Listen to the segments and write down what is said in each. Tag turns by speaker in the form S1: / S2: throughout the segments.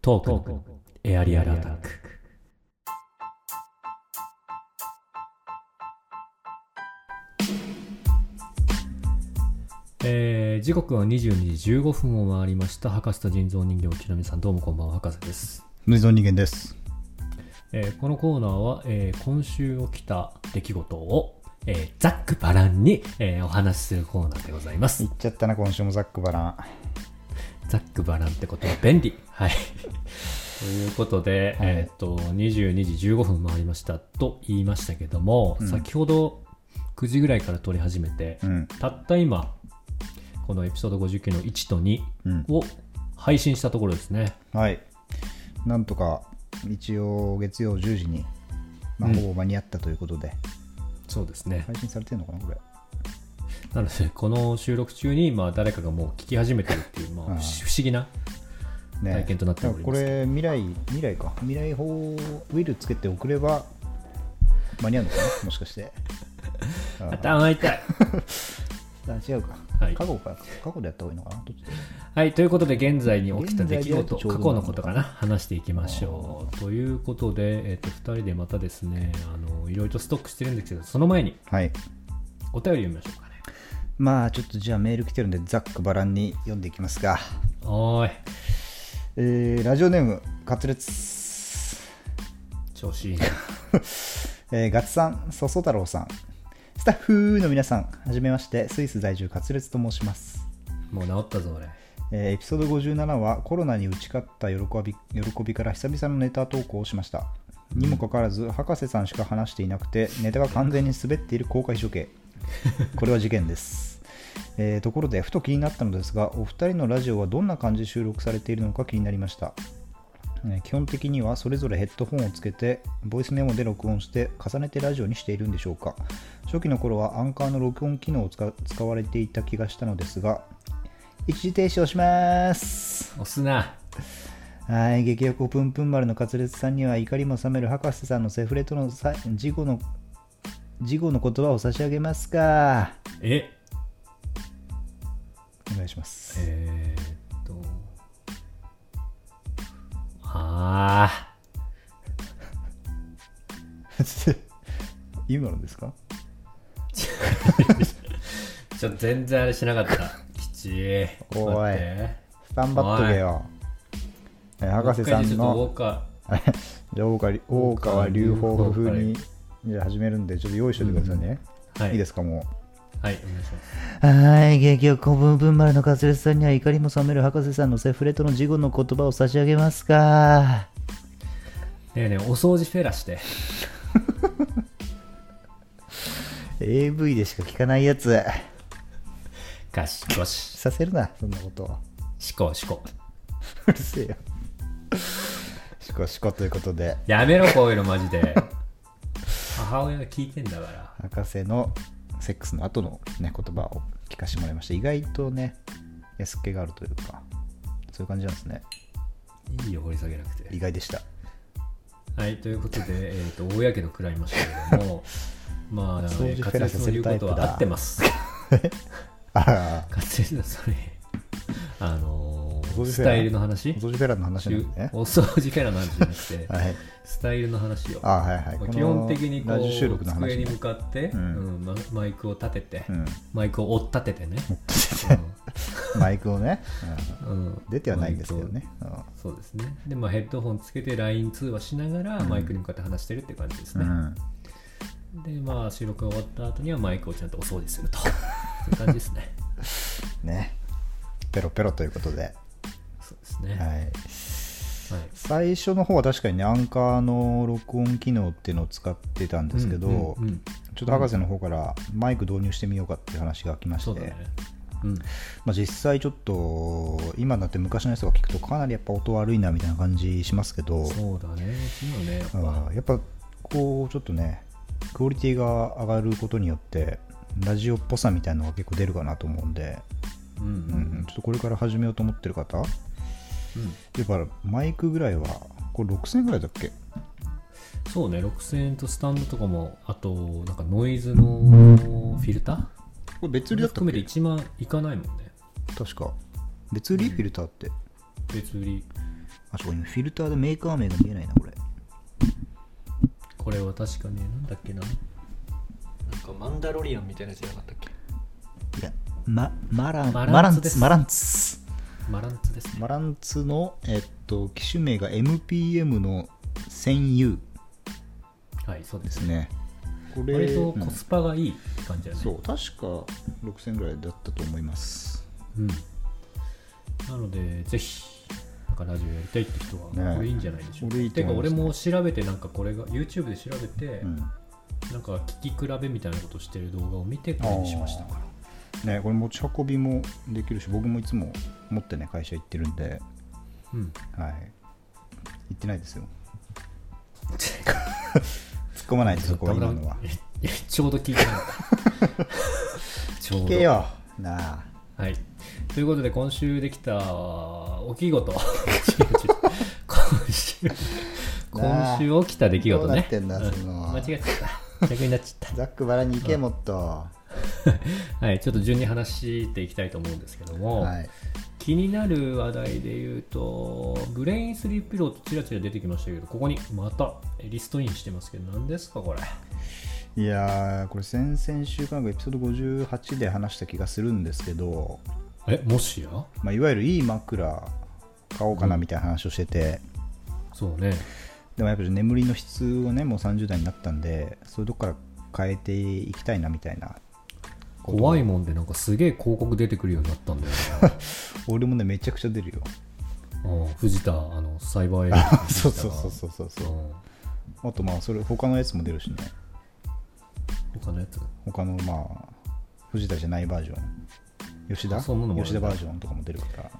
S1: トークエアリアルアタックえー時刻は22時15分を回りました博士と人造人形木南さんどうもこんばんは博士です、
S2: 無造人間です。
S1: えーこのコーナーは、えー今週起きた出来事を、えーざっくばらんに、えーお話しするコーナーでございます
S2: いっちゃったな、今週もザックバラン。
S1: ざっくばらんってことは便利。はい。ということで、
S2: はい
S1: えーっと、22時15分回りましたと言いましたけども、
S2: うん
S1: 先ほど9時ぐらいから撮り始めて、
S2: うん。
S1: たった今、このエピソード59の1と2
S2: うん。
S1: を配信したところですね。
S2: はい。なんとか、一応月曜10時に、まあ、
S1: うん
S2: ほぼ間に合ったということで、
S1: そうですね。
S2: 配信されてるのかな、これ。
S1: なので、この収録中に、まあ、誰かがもう聞き始めてるっていう、まあ、不
S2: ああ
S1: 思議な。
S2: ね
S1: 体験となっております
S2: だからこれ、未来、未来か。未来法、ウィルつけて送れば、間に合うのかな、もしかして。あ
S1: 頭痛い。
S2: あ違うか、
S1: はい
S2: 過去か。過去でやった方がいいのかな、どっちで。
S1: はい、ということで現在に起きた出来
S2: 現在でやると
S1: 事、
S2: ちょう
S1: 過
S2: ど
S1: 去のことかな、話していきましょう。ということで、えっと2人でまたですねあの、いろいろとストックしてるんですけど、その前に
S2: はい。
S1: お便り読みましょうかね。
S2: まあ、ちょっとじゃあメール来てるんで、ザックバランに読んでいきますが。
S1: おーい、
S2: えーラジオネーム、カツレツ。
S1: 調子いいね。
S2: えーガツさん、そそ太郎さん、スタッフの皆さん、はじめまして、スイス在住、カツレツと申します。
S1: もう治ったぞ、俺。
S2: えーエピソード57はコロナに打ち勝った喜び喜びから久々のネタ投稿をしました。にもかかわらず、博士さんしか話していなくて、ネタが完全に滑っている公開処刑。これは事件です。 えーところで、ふと気になったのですが、お二人のラジオはどんな感じで収録されているのか気になりました。えー基本的にはそれぞれヘッドホンをつけてボイスメモで録音して重ねてラジオにしているんでしょうか初期の頃はアンカーの録音機能を使う使われていた気がしたのですが一時停止をします
S1: 押すな。
S2: はい激横ぷんぷん丸のカツレツさんには怒りも冷める博士さんのセフレとのさ事後の事後の言葉を差し上げますか
S1: え、
S2: お願いします
S1: えーっと、あ
S2: 今のですか
S1: ー、ちょっと全然あれしなかった。きちい。
S2: おい
S1: 待って
S2: スタンバっとけよえー博士さ
S1: もう一回ちょっ
S2: んの
S1: とウォーカ
S2: はい じゃあ大川り大川隆法風にじゃあ始めるんでちょっと用意しておいてくださいね、
S1: ーはい。
S2: い、いですすかも
S1: はい、お願いします。
S2: うはい劇を古文文丸のカツレツさんには怒りも冷める博士さんのセフレとの事後の言葉を差し上げますか
S1: ねえねえ、お掃除フェラして。
S2: AV でしか聞かないやつ
S1: ガシゴシ。
S2: させるなそんなことを
S1: しこしこ。
S2: うるせえよしこしこということで
S1: やめろ、こういうのマジで。 母親が聞いてんだから。
S2: 博士のセックスの後のね言葉を聞かせてもらいました意外とね安っ気があるというかそういう感じなんですね
S1: いいよ、掘り下げなくて
S2: 意。外でした
S1: はい、ということで、えー、と大やけど食らいましたけれども、 まあ、
S2: 掃除
S1: カツ
S2: フェ
S1: レ
S2: ラ
S1: ツ
S2: さ
S1: の
S2: せ
S1: 言う
S2: る
S1: こ
S2: タイ
S1: と
S2: プだ
S1: は合ってます。
S2: ああ
S1: カツレツのそれ、あのー
S2: お掃除フェラ
S1: スタイルの話
S2: お掃除フェラの話なんでね。
S1: お掃除フェラの話じゃなくて、
S2: はい。
S1: スタイルの話を。
S2: あはいはい。この
S1: 基本的にこ
S2: ラジオ収録
S1: う、
S2: の
S1: 机
S2: 話
S1: に
S2: ね。
S1: 向かって、
S2: うん
S1: うんママイクを立てて、
S2: うん。
S1: マイクを追っ立ててね。
S2: マイクをね。うん
S1: うんうん
S2: 出てはないんですけど
S1: マイクを
S2: ね。うん
S1: そうですね。で、まあ、ヘッドホンつけて LINE 通話しながら、
S2: うん
S1: マイクに向かって話してるって感じです
S2: う
S1: ね。
S2: ん。
S1: で、まあ、収録が終わった後にはマイクをちゃんとお掃除す ると。そういう感じですね。
S2: ね。ペロペロということで。
S1: そうですね。はい。
S2: はい。最初の方は確かにね、アンカーの録音機能っていうのを使ってたんですけど、
S1: うんうんうん
S2: ちょっと博士の方からマイク導入してみようかっていう話が来まし
S1: そう
S2: て、
S1: だね。うん。
S2: まあ、実際ちょっと今になって昔のやつとか聞くとかなりやっぱ音悪いなみたいな感じしますけど、
S1: そうだね。今ね、やっぱ。
S2: あーやっぱこうちょっとねクオリティが上がることによってラジオっぽさみたいなのが結構出るかなと思うんで、
S1: うんう
S2: うん
S1: ん。
S2: ちょっとこれから始めようと思ってる方や
S1: うん。
S2: っぱマイクぐらいはこれ6000円ぐらいだっけ
S1: そうね、6000円とスタンドとかも、あと、なんかノイズのフィルター
S2: これ別売りだった
S1: 含
S2: っ
S1: め
S2: け
S1: て1万いかないもんね。
S2: 確か別売りフィルターって
S1: 別売り。
S2: あ、そう、今フィルターでメーカー名が見えないな、これ。
S1: これは確かねなんだっけななんかマンダロリアンみたいなやつじゃなかったっけ
S2: いや、ま、マラン、
S1: マ
S2: マ
S1: ラ
S2: ラ
S1: ンツ
S2: ン
S1: です
S2: ツ、マランツ。
S1: マランツですね
S2: マランツの、えっと、機種名が MPM の 1000U
S1: はいそうで
S2: ですすね。これ
S1: 割と
S2: うん
S1: コスパがいいって感じだね、
S2: そう、確か6000ぐらいだったと思います。
S1: うん、なのでぜひなんかラジオやりたいって人は、
S2: ねえ
S1: これいいんじゃないでしょうか
S2: 俺いいと
S1: てか
S2: 思います
S1: 俺も調べてなんかこれが YouTube で調べて、
S2: うん。
S1: なんか聞き比べみたいなことしてる動画を見てこれにしましたから
S2: ね、これ持ち運びもできるし、僕もいつも持ってね、会社行ってるんで、
S1: うん
S2: はい。行ってないですよ。突っ込まないでそこは今のは。
S1: ええちょうど 聞いてなかったちょうど
S2: 聞けよ。なあ。
S1: はい。ということで、今週できたおき ごと。今週、今週起きた出来事ね。
S2: どうなってんだその
S1: うん間違えちゃ った。逆になっちゃっ
S2: ザックバラに行け、もっと。
S1: た。はい。ちょっと順に話していきたいと思うんですけども、
S2: はい。
S1: 気になる話題で言うと、ブレインスリーピローとちらちら出てきましたけど、ここにまたリストインしてますけど、何ですか、これ。
S2: いやー、これ先々週間がエピソード58で話した気がするんですけど、
S1: え、もしや
S2: まあ、いわゆるいい枕買おうかなみたいな話をしてて、
S1: そうね。
S2: でもやっぱり眠りの質をね、もう30代になったんで、そういうとこから変えていきたいなみたいな。
S1: 怖いもんで、なんかすげえ広告出てくるようになったんだよね。
S2: 俺もね、めちゃくちゃ出るよ。
S1: うん藤田、あの、サイバーエージェントの藤田
S2: そう
S1: が
S2: そうそうそうそうそう。
S1: うん
S2: あとまあ、それ、他のやつも出るしね。
S1: 他のやつ
S2: 他のまあ、藤田じゃないバージョン。吉田
S1: あそんなのもあるんだ
S2: 吉田バージョンとかも出るから。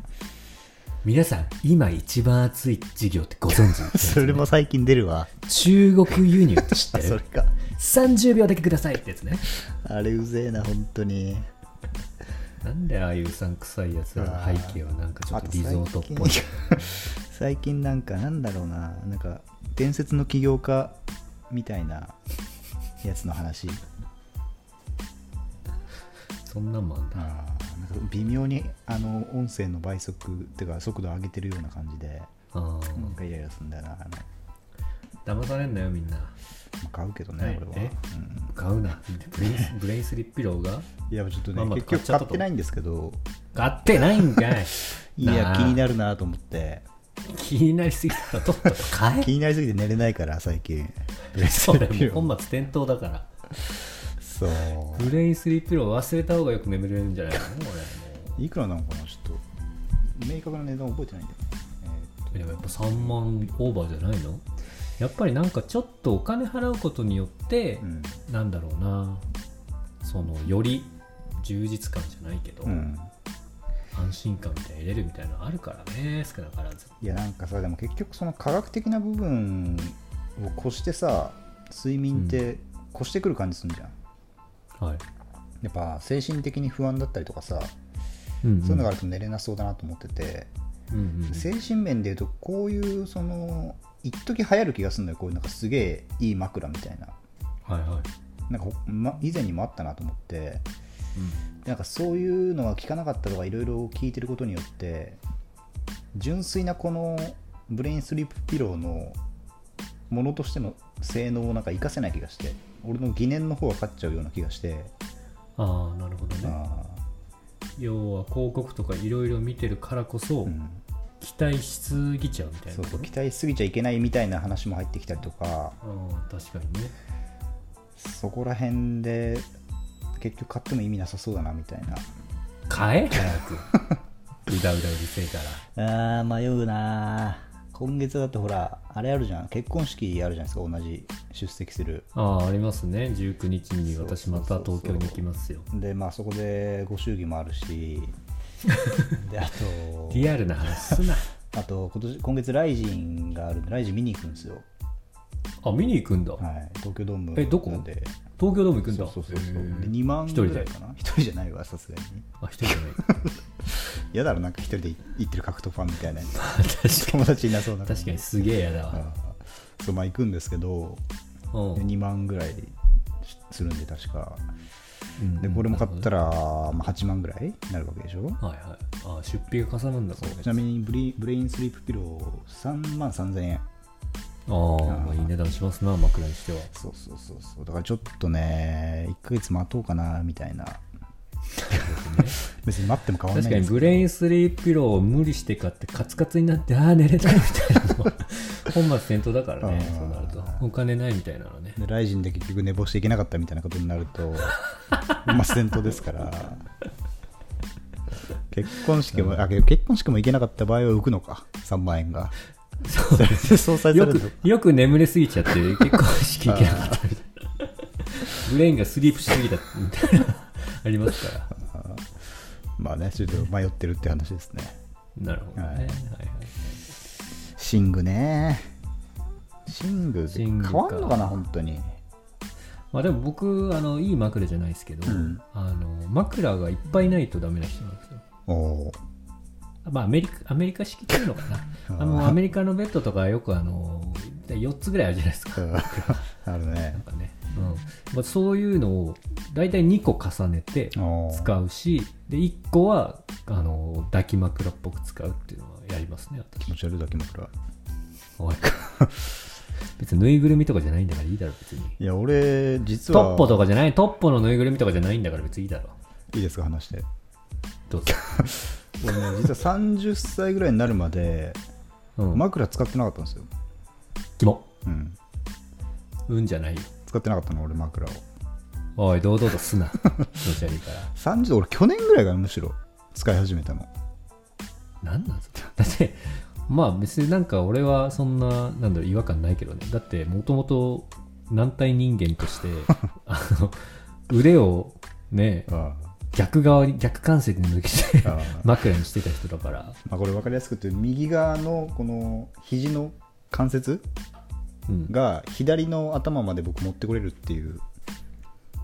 S1: 皆さん今一番熱い事業ってご存知
S2: それも最近出るわ。
S1: 中国輸入って知って
S2: あ、それ
S1: る
S2: か。
S1: 30秒だけくださいってやつね
S2: あれうぜえな、本当に。
S1: なんでああいううさんくさいやつらの背景はなんかちょっとリゾートっぽい
S2: あと 最近最近なんか、なんだろうな、なんか、伝説の起業家みたいなやつの話。
S1: そんなんもあんだ
S2: あーなんか微妙にあの音声の倍速っていうか速度上げてるような感じで
S1: あー
S2: なんかイライラするんだよなあの、ま
S1: 騙されんなよみんな
S2: あ買うけど
S1: は
S2: ね
S1: い
S2: これ
S1: え
S2: は、うん
S1: 買うなブレイスブレイスリッピローが
S2: いやちょっとね、
S1: まあまあ
S2: 結
S1: 買っ
S2: 局
S1: ちゃった
S2: 買
S1: と
S2: ってないんですけど
S1: 買ってないんかい
S2: いや
S1: あ
S2: 気になるなと思って
S1: 気になりすぎたらとっとと買
S2: 気になりすぎて寝れないから最 近
S1: えそうだよもう本末転倒だから
S2: そう
S1: ブレインスリッピロー忘れた方がよく眠れるんじゃないの俺もう
S2: いくらなのかなちょっと明確な値段覚えてないんだよね、えー
S1: でもやっぱ3万オーバーじゃないのやっぱりなんかちょっとお金払うことによって
S2: う、ん
S1: なんだろうなそのより充実感じゃないけど、
S2: うん
S1: 安心感みたいな得れるみたいなのあるからね少なからず
S2: いやなんかさでも結局その科学的な部分を越してさ睡眠って越してくる感じするじゃん、
S1: はい、
S2: やっぱ精神的に不安だったりとかさ、
S1: うんうん、
S2: そういうのがあると寝れなそうだなと思ってて、
S1: うんうん
S2: 精神面でいうとこういうその一時流行る気がするのよこういうなんかすげえいい枕みたいな
S1: はいはい、
S2: なんかほ、ま、以前にもあったなと思ってなんかそういうのが聞かなかったとかいろいろ聞いてることによって純粋なこのブレインスリープピローのものとしての性能をなんか活かせない気がして俺の疑念の方が勝っちゃうような気がして、
S1: ああなるほどね
S2: あ
S1: 要は広告とかいろいろ見てるからこそ、
S2: ーうん、
S1: 期待しすぎちゃうみたいな
S2: そうそう
S1: とこ
S2: 期待しすぎちゃいけないみたいな話も入ってきたりとか
S1: ろああ確かにね
S2: そこら辺で結局買っても意味なさそうだなみたい
S1: 買え早くうだうだうるせえから
S2: なあー迷うな今月だってほらあれあるじゃん結婚式あるじゃないですか同じ出席する
S1: ああありますね19日に
S2: そうそう
S1: 私
S2: そ
S1: ま
S2: う
S1: た東京に行きますよ
S2: でまあそこでご祝儀もある しであと
S1: リアルな話 すな
S2: あと今年今月ライジンがあるんでライジン見に行くんですよ、
S1: あ見に行くんだ、
S2: はい、東京ドーム
S1: えどこ
S2: なんで
S1: 東京ドーム行くん
S2: そ
S1: だ
S2: うそうそうそう
S1: へえ
S2: で2万
S1: 一人
S2: ぐ
S1: で
S2: らいかな一人じゃないわさすがに
S1: あ一人じゃない
S2: 嫌だろなんか一人で行ってる格闘ファンみたいなやつ
S1: 確か
S2: 友達いなそうな
S1: に確かにすげえやだ
S2: う
S1: わ、
S2: んそうまあ行くんですけど
S1: うん
S2: 2万ぐらいするんで確か
S1: うん
S2: でこれも買ったら、まあ、8万ぐらいになるわけでしょ
S1: はいはいあ出費がかさるんだそうね
S2: ちなみにブリブレインスリープピロー3万3000円
S1: あーまあいい値段しますな枕にしては
S2: そうそうそうそうだからちょっとね1ヶ月待とうかなみたいな 別に待っても変わんな
S1: 確か
S2: いで
S1: に
S2: す
S1: ブレインスリープピローを無理して買ってカツカツになってああ寝れないみたいな のは本末転倒だからね
S2: あー
S1: そうなるとお金ないみたいなのね
S2: でライジンで結局寝坊していけなかったみたいなことになるとまあ戦闘ですから結婚式も、あけど結婚式も行けなかった場合は浮くのか3万円が そうです総裁さ
S1: よ
S2: れるの
S1: くよく眠れすぎちゃって結婚式行けなかったみたいなブレインがスリープしすぎたみたいなありますから
S2: まあねちょっと迷ってるって話ですね
S1: なるほどね、
S2: は
S1: はいいはい
S2: 寝具ね寝具
S1: 寝具か
S2: 変わんのかな本当に
S1: まあ、でも僕あのいい枕じゃないですけど、
S2: うん
S1: あの枕がいっぱいないとダメな人なんですよ
S2: おおー
S1: まあ、アメリカアメリカ式っていうのか
S2: あー
S1: なあのアメリカのベッドとかよくあの4つぐらいあるじゃないですか
S2: うんあるね
S1: なんかね、うんまあ、そういうのを大体2個重ねて
S2: おー
S1: 使うしで1個はあの抱き枕っぽく使うっていうのはやりますね
S2: 気
S1: 私
S2: 持ち悪いだけ枕
S1: おい 別にぬいぐるみとかじゃないんだからいいだろ別に
S2: いや俺実
S1: トッ
S2: は
S1: ポとかじゃないトッポのぬいぐるみとかじゃないんだから別にいいだろ
S2: いいですか話して
S1: どうぞ、
S2: 俺ね実は30歳ぐらいになるまで
S1: うん、
S2: 枕使ってなかったんですよ、
S1: キモ
S2: うん、
S1: うんじゃないよ
S2: 使ってなかったの俺枕を
S1: おい堂々とすな気持ち悪いから
S2: 30俺去年ぐらいからむしろ使い始めたの
S1: なんなんすかだってまあ別になんか俺はそんななんだろう違和感ないけどねだってもともと軟体人間としてあの腕をね
S2: あ
S1: 逆側に逆関節に向けて
S2: あああ
S1: 枕にしてた人だから、
S2: まあこれ分かりやすく言うと右側のこの肘の関節
S1: うん、
S2: が左の頭まで僕持ってこれるっ ていう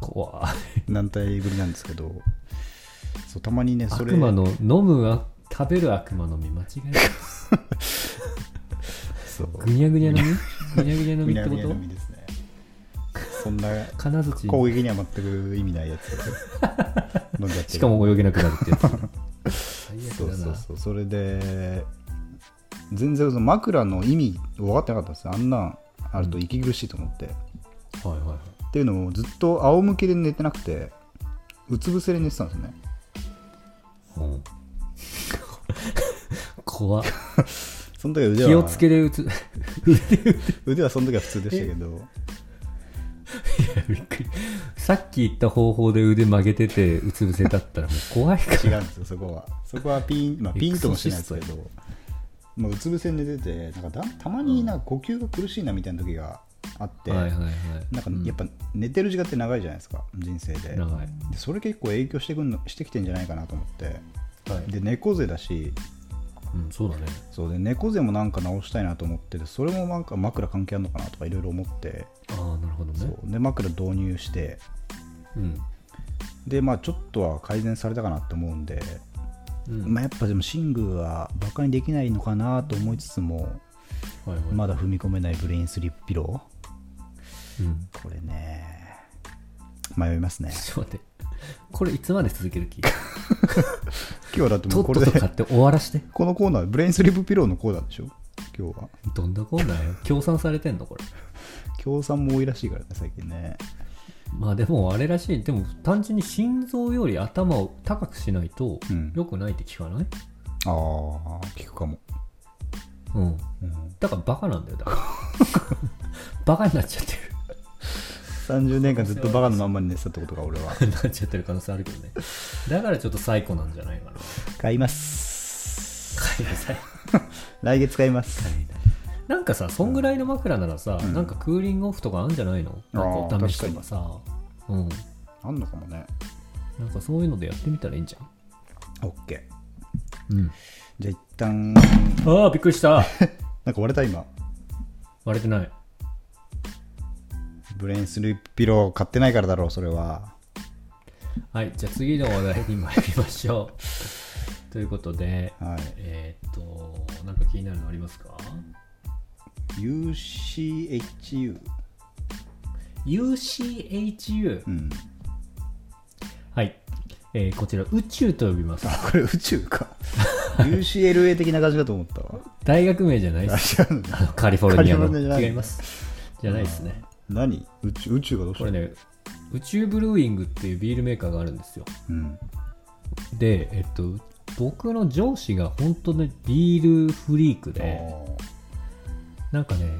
S1: 怖い
S2: 軟体ぶりなんですけどそうたまにねそれ
S1: 悪魔の飲むあ食べる悪魔の実 間違いない
S2: そう
S1: ぐにゃぐにゃ の実ぐにゃぐにゃの
S2: み
S1: 実
S2: な
S1: って
S2: みな
S1: こ
S2: みですねそんな
S1: と金槌
S2: 攻
S1: に
S2: 撃には全く意味ないやつ 飲んじゃってる
S1: しかも泳げなくなるってやつ最
S2: そう
S1: 悪だ
S2: そう
S1: な
S2: そうそれで全然その枕の意味分かってなかったんですよあんなんあると息苦しいと思って、っ
S1: はいはいはい
S2: ていうのもずっと仰向けで寝てなくてうつ伏せで寝てたんですよね
S1: うん 怖っ
S2: その時は腕は
S1: 気をつけで打つ
S2: 腕はその時は普通でしたけど
S1: びっくりさっき言った方法で腕曲げててうつ伏せだったらもう怖いか
S2: 違うんですよそこはそこはピン、まあ、ピンともしないですけど、まあ、うつ伏せに寝ててなんかだたまになんか呼吸が苦しいなみたいな時があって、
S1: らはいはいはい
S2: なんかやっぱ寝てる時間って長いじゃないですか人生で
S1: 長い
S2: でそれ結構影響してくんのしてきてんじゃないかなと思って
S1: はい
S2: で猫背だし
S1: うんそうだね
S2: そうで猫背もなんか直したいなと思っててそれもなんか枕関係あるのかなとかいろいろ思って
S1: ああなるほど
S2: そ
S1: ね
S2: うで枕導入して
S1: うん
S2: でまあちょっとは改善されたかなと思うんで、
S1: うん
S2: まあ、やっぱでも寝具はバカにできないのかなと思いつつも
S1: はいはい
S2: まだ踏み込めないブレインスリップピロ
S1: うん
S2: ーこれね迷いますね
S1: ちょっと待ってこれいつまで続ける気と
S2: 今日はだってもう
S1: っ
S2: ことれ
S1: と
S2: で
S1: 買って終わらして
S2: このコーナーブレインスリップピローのコーナーでしょ今日は
S1: どんなコーナーよ協賛されてんのこれ
S2: 協賛も多いらしいからね最近ね
S1: まあでもあれらしいでも単純に心臓より頭を高くしないと
S2: うん
S1: 良くないって聞かない、
S2: ああ聞くかも、
S1: うん、
S2: うん、
S1: だからバカなんだよだから バカになっちゃって
S2: 30年間ずっとバカのまんまに寝てたってことか俺は
S1: る なっちゃってる可能性あるけどねだからちょっとサイコなんじゃないかな
S2: 買います
S1: 買いなさい
S2: 来月買います、
S1: なんかさそんぐらいの枕ならさ、
S2: うん
S1: なんかクーリングオフとかあるんじゃないのなんかお試しとかさうん
S2: あんのかもね
S1: なんかそういうのでやってみたらいいんじゃ
S2: OK
S1: ん、うん、
S2: じゃあ一旦
S1: ああびっくりした
S2: なんか割れた今
S1: 割れてない
S2: ブレインスリープピロー買ってないからだろうそれは
S1: はいじゃあ次の話題に参りましょう ということで
S2: は
S1: えーっとなんか気になるのありますか
S2: い UCHU
S1: UCHU
S2: うん
S1: はい、えーこちら宇宙と呼びます
S2: あこれ宇宙 か UCLA 的な感じかと思ったわ
S1: 大学名じゃないです
S2: あ違うんだ
S1: あのカリフォルニア
S2: カリフォルニア
S1: の
S2: じゃない
S1: 違いますじゃないですね
S2: 何宇宙宇宙がどうした
S1: これね宇宙ブルーイングっていうビールメーカーがあるんですよ
S2: うん
S1: でえっと僕の上司が本当ねビールフリークでなんかね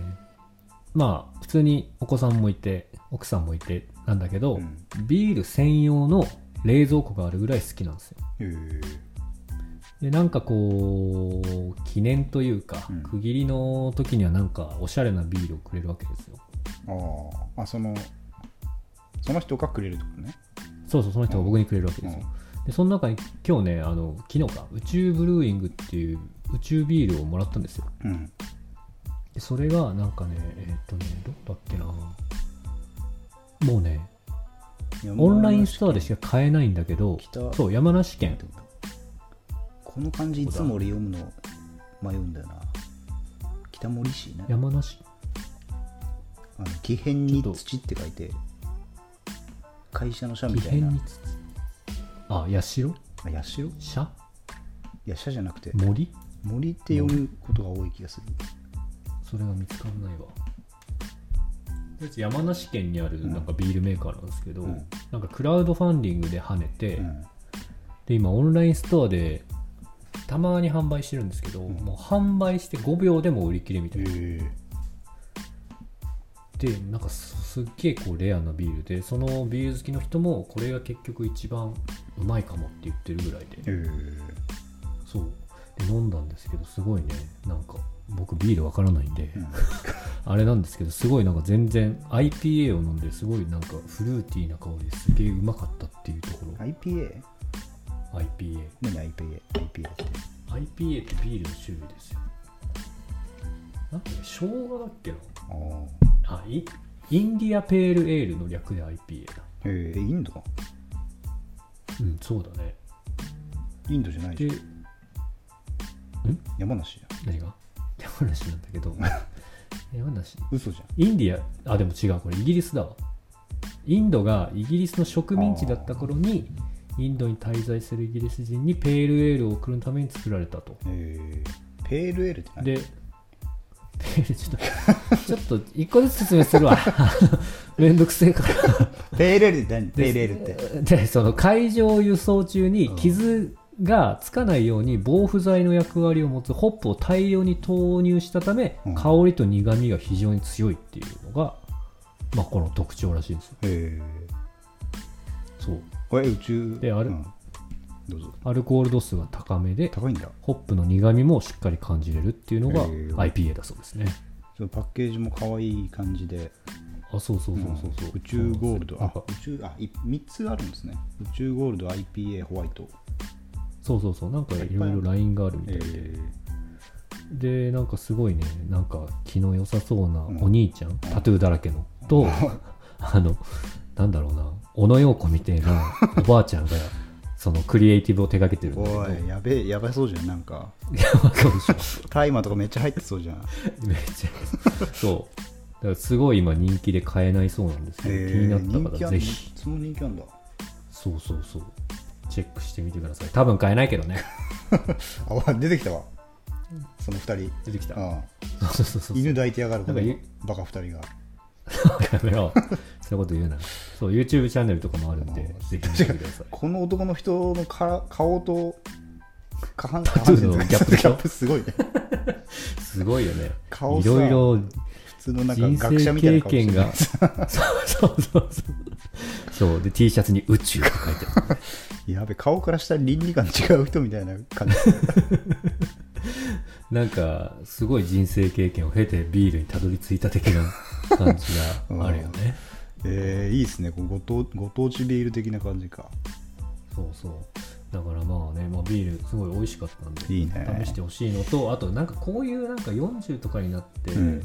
S1: まあ普通にお子さんもいて奥さんもいてなんだけど、
S2: うん
S1: ビール専用の冷蔵庫があるぐらい好きなんですよ
S2: へえ
S1: でなんかこう記念というか、
S2: うん
S1: 区切りの時にはなんかおしゃれなビールをくれるわけですよ
S2: あああそのその人がくれるってことね
S1: そうそうその人が僕にくれるわけですよ、でその中に今日ねあの昨日か宇宙ブルーイングっていう宇宙ビールをもらったんですよ
S2: うん
S1: でそれがなんかねえーっ、とねどこだっけなもうねオンラインストアでしか買えないんだけど
S2: 北
S1: そう山梨県
S2: この漢字いつも俺読むの迷うんだよな北森市な
S1: 山梨
S2: あの木片に土って書いて会社の社み
S1: 異
S2: たい
S1: 変
S2: な
S1: につつあ八代
S2: あ社い
S1: 社
S2: や社じゃなくて
S1: 森
S2: 森って読むことが多い気がする
S1: それが見つからないわ山梨県にあるなんかビールメーカーなんですけど、
S2: うん
S1: なんかクラウドファンディングで跳ねて、
S2: うん
S1: で今オンラインストアでたまに販売してるんですけど、
S2: ん
S1: もう販売して5秒でもう売り切れみたいな、
S2: へえ
S1: でなんかすすっげえこうレアなビールでそのビール好きの人もこれが結局一番うまいかもって言ってるぐらいで、そうで飲んだんですけどすごいねなんか僕ビールわからないんで、
S2: うん
S1: あれなんですけどすごいなんか全然 IPA を飲んですごいなんかフルーティーな香りですげえうまかったっていうところ
S2: IPA?
S1: IPAIPA
S2: 何 IPA? IPA って
S1: ってビールの種類ですよなんかね生姜だっけな
S2: ああ
S1: あイインディアペールエールの略で IPA だ
S2: へえインドか
S1: うんそうだね
S2: インドじゃない
S1: で
S2: でしょ山梨じゃん
S1: 何が山梨なんだけど 山梨
S2: 嘘じゃん
S1: インディアあでも違うこれイギリスだわインドがイギリスの植民地だった頃にインドに滞在するイギリス人にペールエールを送るために作られたと
S2: えー、ペールエールって何
S1: でペールちょっと ちょっと一個ずつ説明するわ めんどくせえから
S2: ペールエールって何ペールエールっ て
S1: でその海上輸送中に傷がつかないように防腐剤の役割を持つホップを大量に投入したため
S2: うん
S1: 香りと苦味が非常に強いっていうのが、まあ、この特徴らしいんですよ
S2: え
S1: そう
S2: これ宇宙
S1: であれ
S2: うんどうぞ
S1: アルコール度数が高めで
S2: 高いんだ
S1: ホップの苦みもしっかり感じれるっていうのが
S2: へー
S1: IPA だそうですね
S2: そのパッケージも可愛い感じで
S1: あそうそうそうそうそう
S2: 宇宙ゴールド
S1: なん
S2: あ
S1: か
S2: 宇宙あい3つあるんですね宇宙ゴールド IPA ホワイト
S1: そうそうそうなんかいろい
S2: いっぱいあ
S1: ろ
S2: る
S1: ラインがあるみたいで、
S2: え
S1: でなんかすごいねなんか気の良さそうなんお兄ちゃん、タトゥーだらけのと あのなんだろうな小野洋子みたい なおばあちゃんがそのクリエイティブを手掛けてる
S2: ー、
S1: んだ
S2: おいやべえやばそうじゃんなんか
S1: いやわかるでしょ
S2: タイマーとかめっちゃ入ってそうじゃん
S1: めっちゃそうだからすごい今人気で買えないそうなんですけど、 気になった
S2: 人気
S1: 方
S2: あん
S1: ぜ
S2: だ
S1: ひ
S2: その人気あんだ
S1: そうそうそうチェックしてみてください多分買えないけどね
S2: あわ出てきたわその2人
S1: 出てきた
S2: あ
S1: そうそうそうそう
S2: 犬抱いてやがるこの
S1: なんかい
S2: バカ2人が
S1: やめろそういうこと言うなそう YouTube チャンネルとかもあるんで
S2: あー
S1: ぜひ見てください
S2: この男の人のか顔と下半下
S1: タト
S2: 半
S1: ゥ
S2: 身
S1: ーの
S2: と
S1: ギャップでしょ
S2: すごいね
S1: すごいよね
S2: 顔
S1: い
S2: さ
S1: ろいろ
S2: 普通のなん
S1: 人
S2: か学
S1: 生
S2: 者みたい
S1: 経
S2: な顔して
S1: 験
S2: る
S1: がそうそうそうそうそうで T シャツに「宇宙」って書いてある
S2: やべ顔からしたら倫理観違う人みたいな感じ
S1: なんかすごい人生経験を経てビールにたどり着いた的な感じ があるよね、
S2: えー、いいですねこうご当ご当地ビール的な感じか
S1: そうそうだからまあね、まあ、ビールすごい美味しかったんで
S2: いいね
S1: 試してほしいのとあとなんかこういうなんか40とかになって、
S2: うん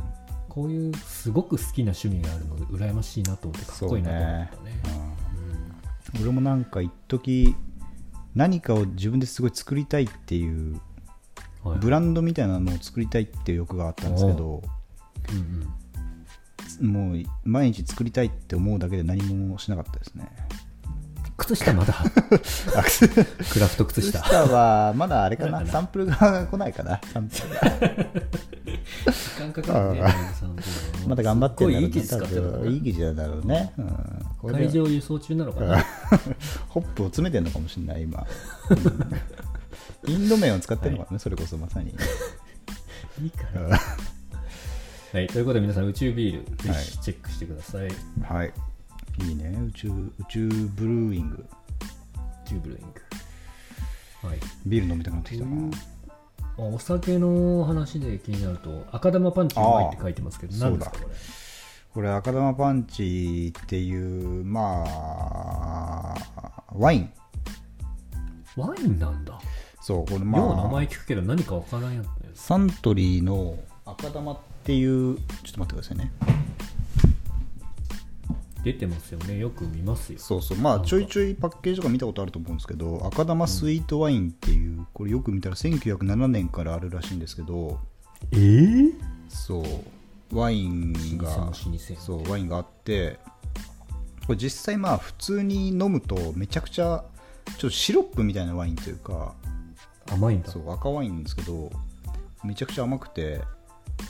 S1: こういうすごく好きな趣味があるので羨ましいなと思ってかっこいいなと思ったね
S2: うん俺もなんか一時何かを自分ですごい作りたいっていう
S1: うんはい
S2: ブランドみたいなのを作りたいっていう欲があったんですけど
S1: うんうん
S2: もう毎日作りたいって思うだけで何もしなかったですね
S1: 靴下まだ
S2: あ靴
S1: クラフト靴
S2: 靴
S1: 下
S2: 下はまだあれ か
S1: まだ
S2: な
S1: かな
S2: サンプルが来ないかなサンプルが
S1: 時間かかるね
S2: ああ
S1: 散歩は
S2: まだ頑張っ
S1: す
S2: てん
S1: っごい
S2: だろう
S1: い
S2: ね
S1: い記事使ってるの
S2: 多
S1: か
S2: 分いい記事なんだろうね、うん、こ
S1: な
S2: れ
S1: 会
S2: で
S1: 場輸送中なのか
S2: う
S1: なん
S2: ホップを詰めてんのかもしれない 今インド麺を使ってるのかな、それこそまさに
S1: いいからはいということで皆さん宇宙ビールぜひチェックしてください、宇
S2: はいいいね宇宙宇宙ブルーイング
S1: 宙ブルーイングはい
S2: ビール飲みたくなってきたな
S1: あお酒の話で気になると赤玉パンチうまいって書いてますけど
S2: ああ
S1: 何ですかこれ
S2: これ赤玉パンチっていうまあワイン
S1: ワインなんだ、
S2: そうこれ
S1: よう名
S2: まあ
S1: 前聞くけど何かわからんやったやつ
S2: サントリーの赤玉っていうちょっと待ってくださいね
S1: 出てますよねよく見ますよ
S2: そうそうまあ
S1: なんか
S2: ちょいちょいパッケージとか見たことあると思うんですけど赤玉スイートワインっていうこれよく見たら1907年からあるらしいんですけど
S1: えー、
S2: そうワイン
S1: 老舗の老
S2: が
S1: 舗
S2: そうワインがあってこれ実際まあ普通に飲むとめちゃくちゃちょっとシロップみたいなワインというか
S1: 甘いんだ
S2: そう赤ワインなんですけどめちゃくちゃ甘くて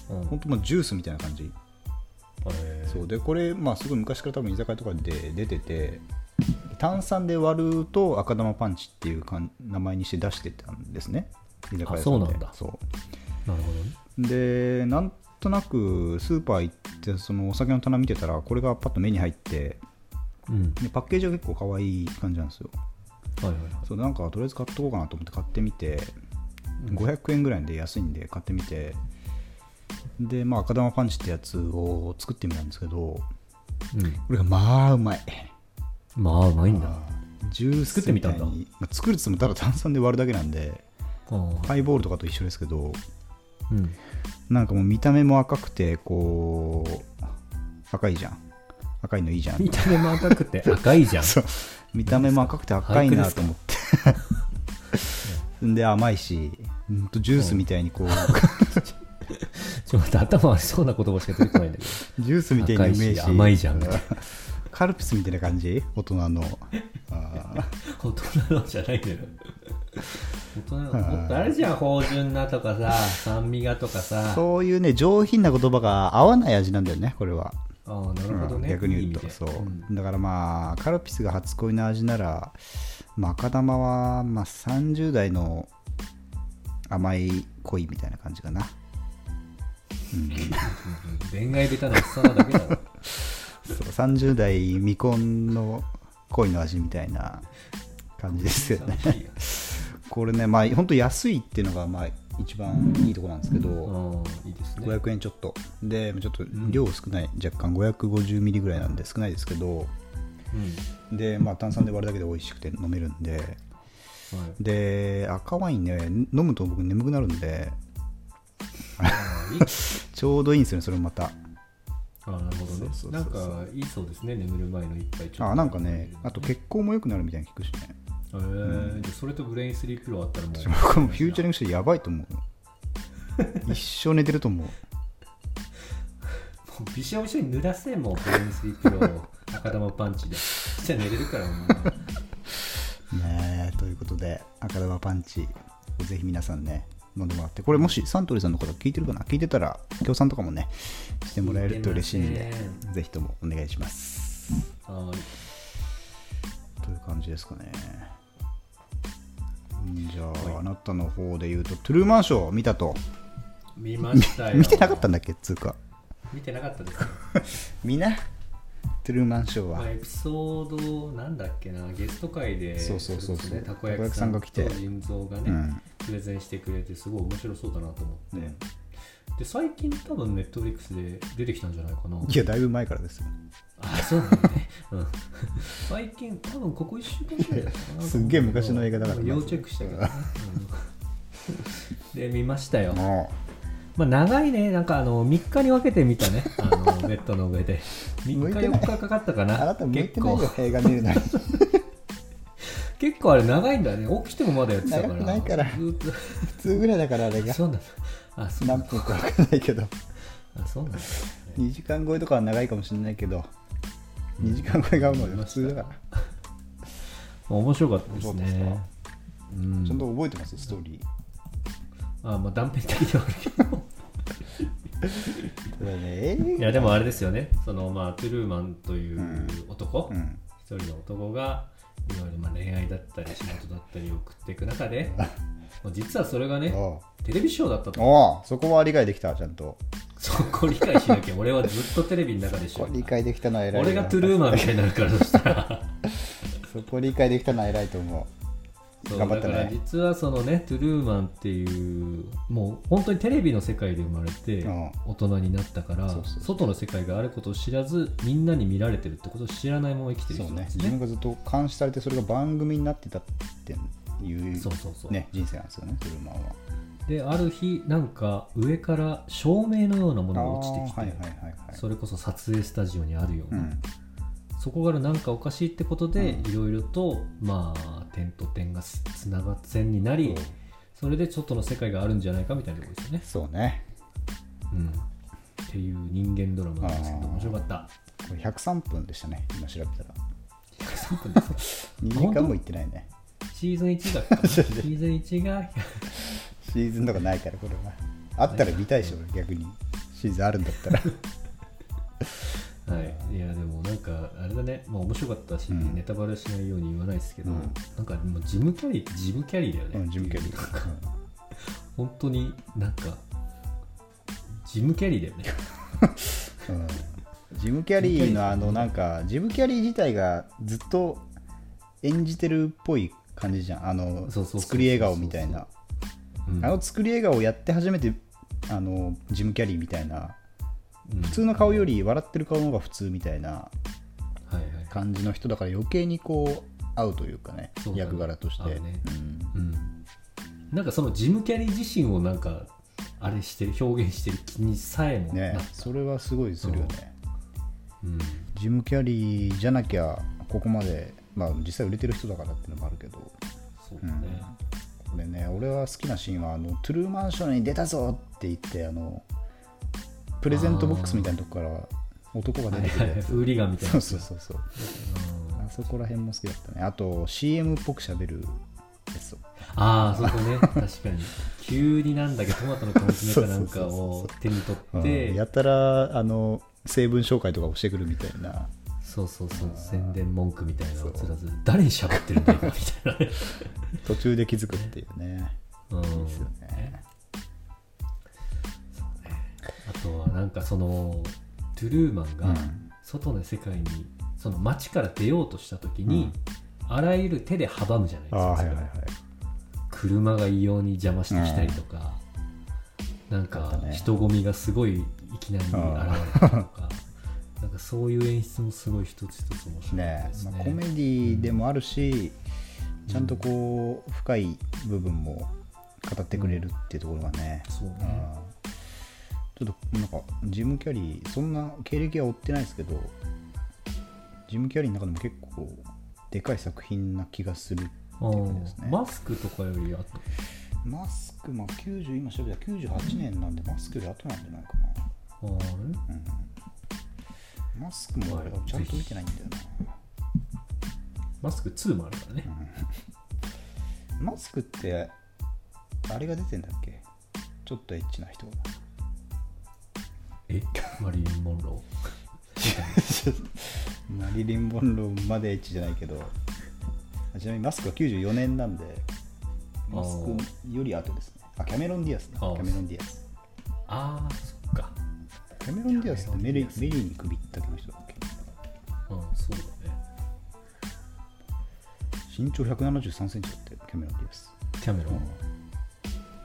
S1: うん
S2: 本当もうジュースみたいな感じ
S1: えー
S2: そうでこれまあすごい昔から多分居酒屋とかで出てて炭酸で割ると赤玉パンチっていうかん名前にして出してたんですね居酒屋さんで
S1: あそうなんだ
S2: そう
S1: なるほどね
S2: でなんとなくスーパー行ってそのお酒の棚見てたらこれがパッと目に入って
S1: うん
S2: でパッケージが結構可愛い感じなんですよ
S1: はいはいはい
S2: そうなんかとりあえず買っとこうかなと思って買ってみて
S1: うん
S2: 500円ぐらいで安いんで買ってみてでまあ赤玉パンチってやつを作ってみたんですけどこ
S1: うん
S2: れがまあうまい
S1: まあうまいんだあ
S2: ジュース
S1: 作ってみたんだ
S2: みいにまあ作るっつってもただ炭酸で割るだけなんで
S1: あ
S2: ハイボールとかと一緒ですけど
S1: うん
S2: なんかもう見た目も赤くてこう赤いじゃん赤いのいいじゃん
S1: 見た目も赤くて赤いじゃん
S2: そう見た目も赤くて赤いなと思ってで甘いしうんとジュースみたいにこう
S1: ちょっと待って頭悪そうな言葉しか出てこないんだけど
S2: ジュースみたいにうめ
S1: 赤
S2: えし
S1: いし甘いじゃんみたいな
S2: カルピスみたいな感じ大人のあー
S1: 大人のじゃないけど大人のもっとあるじゃん芳醇なとかさ酸味がとかさ
S2: そういうね上品な言葉が合わない味なんだよねこれは、
S1: ああなるほど
S2: うん
S1: ね、
S2: 逆に言うと
S1: いい意味で
S2: そう、
S1: ん
S2: だからまあカルピスが初恋の味なら、まあ、赤玉は、まあ、30代の甘い恋みたいな感じかな
S1: 恋愛ベタなおっさんなだけだろ
S2: そう30代未婚の恋の味みたいな感じ ですよね
S1: 寂しいよ
S2: これねまあ本当安いっていうのがまあ一番いいとこなんですけど、
S1: うんいいですね
S2: 500円ちょっとでちょっと量少ない、若干550ミリぐらいなんで少ないですけど
S1: うん
S2: でまあ炭酸で割るだけで美味しくて飲めるんで
S1: はい
S2: で赤ワインね飲むと僕眠くなるんで
S1: ああいい
S2: ちょうどいいんですよねそれもまた
S1: ああなるほどね
S2: そうそうそうそう
S1: なんかいいそうですね眠る前の一杯ちょっと
S2: あなんかねあと血行も良くなるみたいに聞くしね
S1: えーじゃあそれとブレインスリーピローあったらもう
S2: 僕もフューチャリングしてやばいと思う一生寝てると思う
S1: もうびしょびしょに濡らせもうブレインスリーピローを赤玉パン チでそしたら寝れるからもう
S2: ねえということで赤玉パンチぜひ皆さんね飲んでもらってこれもしサントリーさんの方聞いてるかな聞いてたら協賛とかもねしてもらえると嬉しいん
S1: 聞い
S2: で
S1: てま
S2: ぜひともお願いします
S1: あ
S2: という感じですかねうんじゃあ、あなたの方で言うとトゥルーマンショーを見たと
S1: あ見ましたよ
S2: 見てなかったんだっけつうか
S1: 見てなかったですよ
S2: みんなトゥルーマンショーは、
S1: まあ、エピソードなんだっけなゲスト会で
S2: そうそうそうそう
S1: ちょっとねたこ焼きさん
S2: たこ焼きさんが来て
S1: と腎臓がね、
S2: うん
S1: プレゼンしてくれてすごい面白そうだなと思って、
S2: ね
S1: で最近多分ネットフリックスで出てきたんじゃないかない
S2: やだいぶ前からですよ
S1: あそうなんだね、うん、最近多分ここ1週間ぐらいだったかな
S2: すっげえ昔の映画だからね
S1: 要チェックしたけど、ね、 うんで見ましたよ、
S2: も
S1: まあ、長いねなんかあの3日に分けて見たねあの ネットの上で
S2: 向い
S1: 3日
S2: てない
S1: 4日かかったか
S2: う
S1: な
S2: あなた向いて
S1: 結
S2: ない
S1: 構
S2: よ映画見 るのに
S1: 結構あれ長いんだね起きてもまだやってたから
S2: 長くないから
S1: ずーっと
S2: 普通ぐらいだからあれが
S1: そうなんだ。あ、そうなん
S2: 何
S1: だ。
S2: 分か分かんないけど
S1: あ、そうなんだ。
S2: 2時間超えとかは長いかもしれないけど2時間超えがもう普通だから
S1: 面白かったです
S2: 面白か
S1: ね
S2: っ。
S1: うん
S2: ちゃんと覚えてますストーリー
S1: あまあ断片的ではあるけど
S2: ただね映
S1: いやでもあれですよねそのまあトゥルーマンという男
S2: 画うん
S1: 一、人の男がいろいろまあ恋愛だったり仕事だったりを送っていく中 でまあ実はそれがね
S2: あ
S1: テレビショーだったと
S2: ああそこは理解できたちゃんと
S1: そこ理解しなきゃ俺はずっとテレビの中でし
S2: そ
S1: ょ
S2: こ理解できたのは偉いな
S1: 俺がトゥルーマンみたいになるからそしたら
S2: そこ理解できたのは偉いと思う
S1: そう
S2: 頑張
S1: だ
S2: った
S1: から
S2: ね
S1: 実はそのねトゥルーマンっていうもう本当にテレビの世界で生まれて
S2: うん
S1: 大人になったから
S2: そうそう
S1: 外の世界があることを知らずみんなに見られてるってことを知らないまま生きてる
S2: そう
S1: 人なん
S2: ね
S1: です
S2: 自
S1: ね
S2: 分がずっと監視されてそれが番組になってたっていう
S1: そうそうそう、
S2: ね人生なんですよねトゥルーマンは
S1: である日なんか上から照明のようなものが落ちてきて、
S2: あーはいはいはいはい
S1: それこそ撮影スタジオにあるよう
S2: う
S1: な、
S2: ん
S1: そこからなんかおかしいってことで、
S2: うん
S1: いろいろとまあ点と点がすつながっ線になり
S2: そう
S1: それで外の世界があるんじゃないかみたいなところですよね、
S2: そうね
S1: うん、っていう人間ドラマなんですけど
S2: あー
S1: 面白かった
S2: これ103分でしたね今調べたら
S1: 103分ですね
S2: 2時間もいってないね
S1: シーズン1だった かなシーズン1が
S2: シーズンとかないからこれはあったら見たいし俺逆にシーズンあるんだ ったら
S1: はい、いやでもなんかあれだね、まあ、面白かったし、
S2: うん
S1: ネタバレしないように言わないですけど、
S2: うん
S1: なんかもうジムキャリージムキャリーだよね、
S2: うんジムキャリ
S1: っていう
S2: ー
S1: 本当になんかジムキャリー だよね
S2: うんジム・キャリーのあのなんかジム・キャリー自体がずっと演じてるっぽい感じじゃんあ
S1: そうそ
S2: の
S1: うそうそう
S2: 作り笑顔みたいな
S1: うん
S2: あの作り笑顔をやって初めてあのジム・キャリーみたいな
S1: うん
S2: 普通の顔より笑ってる顔の方が普通みたいな
S1: はいはい
S2: 感じの人だから余計にこう合うというかね
S1: そうだね
S2: 役柄とし
S1: 合
S2: て、
S1: うね
S2: うん
S1: うん、なんかそのジムキャリー自身をなんかあれしてる表現してる気にさえもなっ
S2: ね
S1: た、
S2: それはすごいするよね、
S1: うん
S2: ジム・キャリーじゃなきゃここまで、まあ、実際売れてる人だからっていうのもあるけど
S1: そうだね、
S2: これね俺は好きなシーンはあのトゥルーマンションに出たぞって言ってあのプレゼントボックスみたいなとこから男が
S1: はい
S2: 出てく
S1: はい
S2: る
S1: はい
S2: や
S1: ウーリガンみたい
S2: つ
S1: な
S2: そう
S1: やつ
S2: そうそうそう
S1: うん
S2: あそこら辺も好きだったねあと CM っぽく喋るやつとか
S1: ああそこね確かに急になんだけどトマトの缶詰かなんか
S2: そうそうそう
S1: を
S2: そ
S1: 手に取
S2: う
S1: っ
S2: ん
S1: て
S2: やたらあの成分紹介とかをしてくるみたいな
S1: そうそうそう宣伝文句みたいなのを
S2: そう
S1: つらず誰に喋ってるんだ今みたいなね
S2: 途中で気づくっていうね
S1: うん
S2: いいですよね
S1: あとはなんかそのトゥルーマン
S2: う
S1: が
S2: ん
S1: 外の世界にその街から出ようとした時に、あらゆる手で阻むじゃないです
S2: あ
S1: か、
S2: あは
S1: そ
S2: い
S1: れ
S2: は
S1: を
S2: いはい
S1: 車が異様に邪魔してきたりとか、なん
S2: あっ
S1: か
S2: たね
S1: 人混みがすごいいきなり現れたりとか、 なんかそういう演出もすごい一つ一つ面白い
S2: ね
S1: ですね。
S2: まあ、コメディでもあるし、ちゃんとこう深い部分も語ってくれるっていうところがね、
S1: そう
S2: うん
S1: ね。
S2: ちょっとなんかジム・キャリーそんな経歴は追ってないですけどジム・キャリーの中でも結構でかい作品な気がするっていう感じです
S1: う
S2: ね
S1: んマスクとかより後
S2: マスクまあ90今調べたら98年なんでマスクより後なんじゃないか
S1: あー
S2: な、うん、マスクも俺はちゃんと見てないんだよな
S1: マスク2もあるからね。
S2: マスクってあれが出てんだっけちょっとエッチな人が
S1: えマリリン・モンロ
S2: マリリン・モンローまでエッチじゃないけどちなみにマスクは94年なんで
S1: あー
S2: マスクより後ですねあキャメロン・ディアスね
S1: あ
S2: キ
S1: ー
S2: ャメロン・ディアス
S1: ー。ああ、そっか。
S2: キャメロン・ディアスってメ
S1: キャメロンデ
S2: リ
S1: ィアス
S2: メリーに首ったけの人だっけ
S1: うん、そうだね。
S2: 身長1 7 3センチだってキャメロン・ディアス、
S1: キャメロ
S2: うん
S1: ン、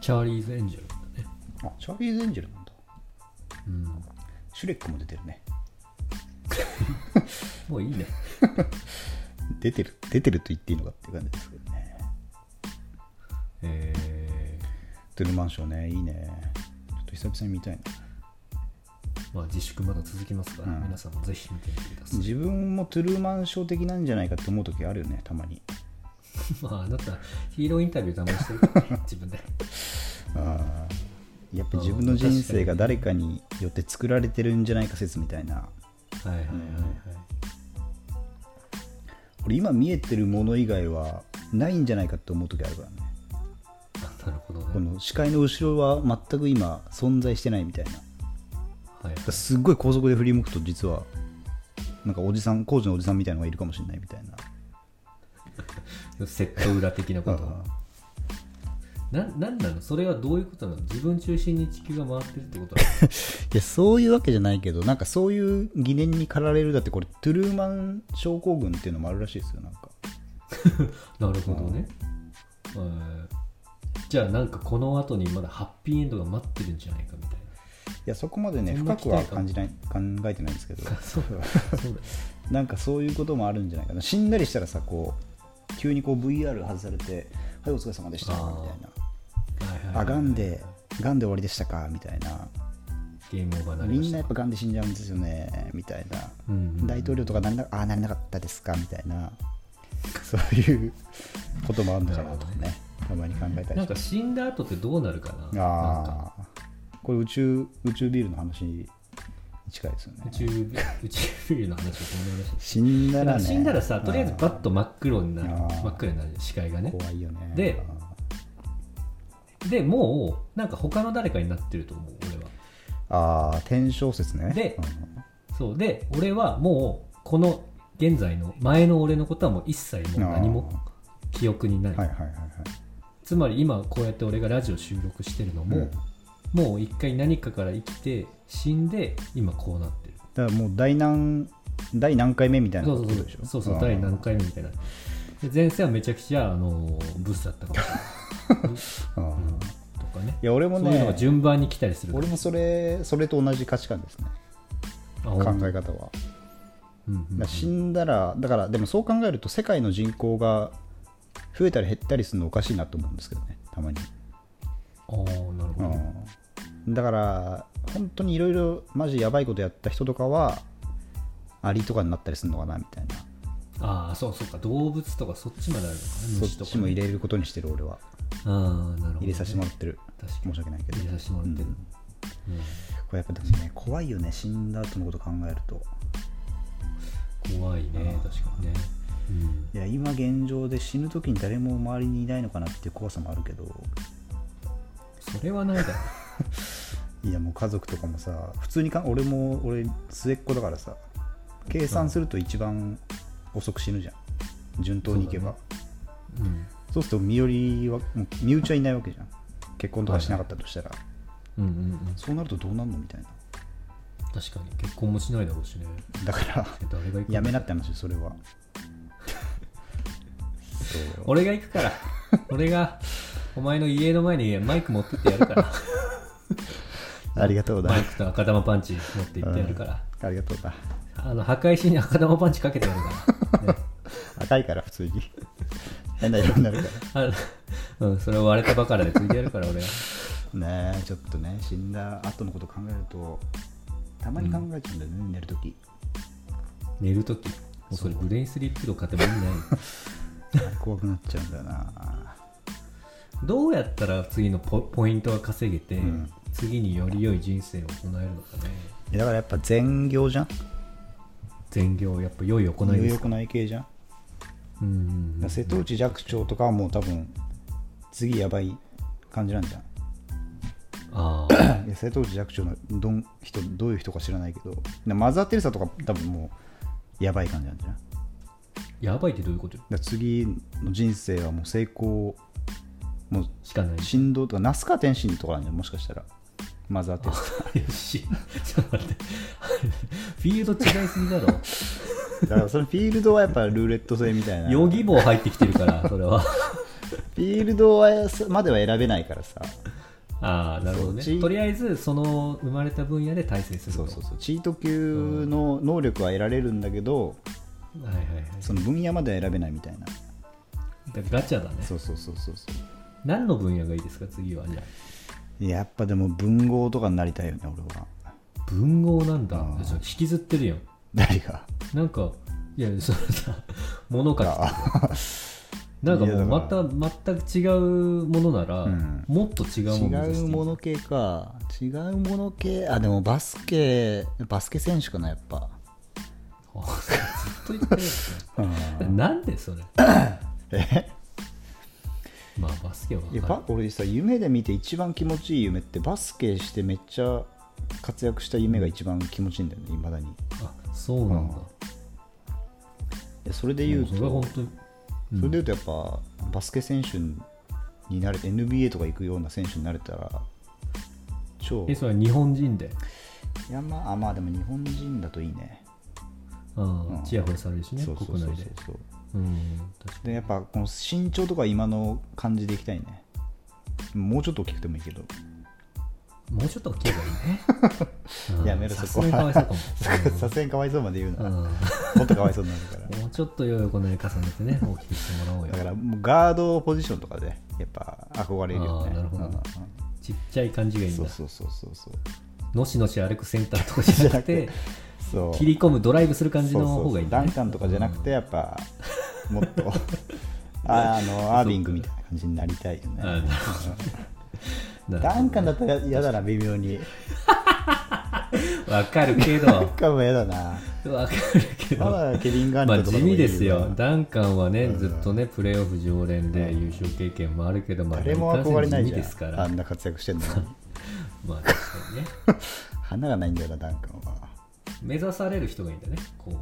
S1: チャーリーズ・エンジェルだね。
S2: あチャーリーズ・エンジェルなんだ
S1: うん。
S2: シュレックも出てるね
S1: もういいね。
S2: 出てる出てると言っていいのかっていう感じですけどね
S1: え
S2: トゥルーマンションねいいねちょっと久々に見たいな
S1: ー、まあ自粛まだ続きますから、
S2: うん
S1: 皆さんもぜひ見てみてください。
S2: 自分もトゥルーマンショー的なんじゃないかって思う時あるよねたまに
S1: まああなたヒーローインタビューたまにして るからね自分で
S2: あーやっぱ自分の人生が誰かによって作られてるんじゃないか説みたいな
S1: はいはいはいはい、
S2: 俺今見えてるもの以外はないんじゃないかって思う時あるからね
S1: なるほど
S2: こ
S1: ね。
S2: の視界の後ろは全く今存在してないみたいなだか
S1: はい。
S2: らすっごい高速で振り向くと実はなんかおじさん工事のおじさんみたいなのがいるかもしれないみたいな
S1: セット裏的なこと。ななんなのそれはどういうことなの自分中心に地球が回ってるってことなの
S2: いやそういうわけじゃないけどなんかそういう疑念に駆られるだってこれトゥルーマン症候群っていうのもあるらしいですよなんか
S1: なるほどね。えーじゃあなんかこの後にまだハッピーエンドが待ってるんじゃないかみたい
S2: いやそこまでね
S1: そんな
S2: 深
S1: 期
S2: く
S1: 待
S2: は
S1: 感
S2: 感じない考えてないんですけど
S1: な。そうだ。そうだ。
S2: なんかそういうこともあるんじゃないかなしんなりしたらさこう急にこう VR 外されて「はいお疲れ様でした」み
S1: あー
S2: たいな
S1: はいはい
S2: 「あがんでがんで終わりでしたか」みたいな
S1: ゲームオーバーになり
S2: み
S1: ま
S2: ん
S1: し
S2: な
S1: た。
S2: やっぱがんで死んじゃうんですよねみたいな
S1: うんうん
S2: 大統領とかなりなあーなれなかったですかみたいなそういうこともあるのかなとかねたまに考えたり
S1: なん
S2: して
S1: か死んだ後ってどうなるかななんか
S2: ああこれ宇宙宇宙ビールの話に近いですよね
S1: 宇宙ビ宇宙ビルの話をこんな話
S2: 死ん
S1: だ
S2: だ
S1: からら
S2: ね
S1: 死んだらさとりあえずバッと真っ黒になる
S2: あー
S1: 真っ暗になる視界がね
S2: 怖いよね
S1: ででもうなんか他の誰かになってると思う俺は
S2: ああ天小説ね
S1: で
S2: うん
S1: そうで俺はもうこの現在の前の俺のことはもう一切もう何も記憶にない、
S2: はいはいはいはい
S1: つまり今こうやって俺がラジオ収録してるのも、
S2: うん
S1: もう一回何かから生きて死んで今こうなってる
S2: だからもう第何第何回目みたいな
S1: そ
S2: こ
S1: う
S2: と
S1: そうそう
S2: でしょ
S1: そうそ
S2: ん
S1: う第何回目みたいなで前世はめちゃくちゃあのブスだ ったかもし
S2: うん
S1: れない、うん
S2: い
S1: とかね
S2: や俺も
S1: そういうのが
S2: ね
S1: 順番に来たりする
S2: 俺もそれそれと同じ価値観ですね
S1: あ
S2: 考
S1: 本当
S2: え方は
S1: うんうんうん
S2: だから死んだらだからでもそう考えると世界の人口が増えたり減ったりするのおかしいなと思うんですけどねたまに
S1: あーなるほど、
S2: だから本当にいろいろマジやばいことやった人とかはアリとかになったりするのかなみたいな
S1: ああそうそうか動物とかそっちまであるのかな虫
S2: そ
S1: と
S2: っ
S1: か
S2: ちも入れることにしてる俺は
S1: ああなるほどね、
S2: 入れさせてもらってる
S1: 確か
S2: 申
S1: に
S2: し訳ないけど
S1: 入れさせてもらってる、
S2: うん
S1: うん
S2: これやっぱでもね怖いよね死んだ後のこと考えると
S1: 怖いね
S2: あー
S1: 確かにね、うん
S2: いや今現状で死ぬ時に誰も周りにいないのかなっていう怖さもあるけど
S1: それはないだろ
S2: いやもう家族とかもさ普通にか俺も俺末っ子だからさ計算すると一番遅く死ぬじゃん順当にいけば
S1: う、うん
S2: そうすると身寄りはもう身内はいないわけじゃん結婚とかしなかったとしたら、
S1: うんうんうん
S2: そうなるとどうなんのみたいな
S1: 確かに結婚もしないだろうしね
S2: だから
S1: 誰が行くの
S2: やめなって話それはそう
S1: 俺が行くから俺がお前の家の前にマイク持ってってやるから
S2: ありがとうだ
S1: マイクと赤玉パンチ持って行ってやるから、
S2: ありがとうだ
S1: あの破壊神に赤玉パンチかけてやるから、ね
S2: 赤いから普通に変な色になるか
S1: あのうん、それを割れたばからでついてやるから俺は
S2: らねえちょっとね死んだ後のこと考えるとたまに考えちゃうんだよね、寝るとき
S1: 寝るときもうそれブレインスリーピロー買っても意味ない
S2: 怖くなっちゃうんだよな
S1: どうやったら次のポポイントが稼げて、
S2: ん
S1: 次により良い人生を行えるのかね
S2: いやだからやっぱ善行じゃん
S1: 善行やっぱ良い行い
S2: 有
S1: です
S2: 欲ない系じゃん
S1: うんうんうん
S2: 瀬戸内寂聴とかはもう多分次やばい感じなんじゃん
S1: ああ
S2: いや瀬戸内寂聴のどん人どういう人か知らないけどなマザー・テレサとか多分もうやばい感じなんじゃんだか
S1: やばいってどういうこと
S2: ら次の人生はもう成功もう
S1: しかない
S2: 振動とか那須川天心とかなんじゃんもしかしたらマザー・ テレサ
S1: よしちょっと待ってフィールド違いすぎだろ
S2: だからそのフィールドはやっぱルーレット制みたいな
S1: ヨギ棒入ってきてるからそれは
S2: フィールドはさまでは選べないからさ
S1: ああなるほど
S2: そ
S1: ね
S2: う
S1: とりあえずその生まれた分野で対戦すると
S2: そうそうそうチート級の能力は得られるんだけど、
S1: はいはいはい
S2: その分野までは選べないみたいな
S1: だからガチャだね
S2: そうそうそうそうそう
S1: 何の分野がいいですか次はじゃ
S2: やっぱでも文豪とかになりたいよね俺は
S1: あ文豪なんだ
S2: あー
S1: ちょっと引きずってるやん
S2: 誰が
S1: なんかいやそのさ物書き
S2: あ
S1: なんか
S2: いや
S1: もう
S2: だ
S1: ま
S2: か
S1: た全く違うものなら、
S2: うん
S1: もっと違うもの目指し
S2: 違う
S1: ていい
S2: もの系か違うもの系あでもバスケバスケ選手かなやっぱ
S1: あと言ってるんです
S2: うん
S1: ねなんでそれ
S2: え
S1: まあバスケはわ
S2: いや
S1: か
S2: ば俺さ夢で見て一番気持ちいい夢ってバスケしてめっちゃ活躍した夢が一番気持ちいいんだよねいまだに
S1: るあそうなんだ
S2: でそれで
S1: も
S2: 言う
S1: う
S2: と
S1: それは本当にうん
S2: それで言うとやっぱバスケ選手になれて NBA とか行くような選手になれたら超
S1: えそれは日本人で
S2: いやまああまあでも日本人だといいね
S1: あ
S2: うん
S1: あちやほやされるしね
S2: そうそうそ
S1: 国
S2: うそう
S1: 内でうん確か
S2: でやっぱこの身長とか今の感じでいきたいねもうちょっと大きくてもいいけど
S1: にもうちょっと大きい方がいいねうん
S2: やめろ
S1: さす
S2: そこ
S1: がにかわいそうかも
S2: さすがにかわいそうまで言う
S1: う
S2: な、
S1: ん
S2: もっとかわいそうになるから
S1: もうちょっとよい横ね重ねてね大きくしても らおうよ
S2: だからもうガードポジションとかでやっぱ憧れるよ
S1: あ
S2: ね
S1: ーなるほど
S2: うんうん
S1: ちっちゃい感じがいいん
S2: そう
S1: だ
S2: そうそうそうそう
S1: のしのし歩くセンターとかじゃなくて
S2: そう
S1: 切り込むドライブする感じ
S2: そう
S1: の
S2: そう
S1: 方がいい
S2: そ
S1: ね
S2: うダンカンとかじゃなくてや っぱもっとああのアービングみたいな感じになりたいよ
S1: あなる
S2: ね
S1: ほ
S2: うん
S1: なるほ
S2: ダンカンだったら嫌だな微妙に
S1: どわかる けど
S2: ダンカンも嫌だな
S1: わかるけ
S2: ま
S1: ど
S2: だケビン・ガン
S1: ま
S2: ト
S1: あ
S2: とか
S1: 地
S2: の方
S1: 味
S2: がいい
S1: で
S2: よ
S1: すよ、ダンカンはね、
S2: うん
S1: ずっとね、プレーオフ常連で優勝経験もあるけど、まあ、
S2: 誰も憧れないじ
S1: 何かしら地味で
S2: ゃ
S1: すか
S2: んあ
S1: ら、
S2: んな活躍してんのに
S1: まあ、確かにね、
S2: 花がないんだよなダンカンは
S1: 目指される人がいいんだね、こ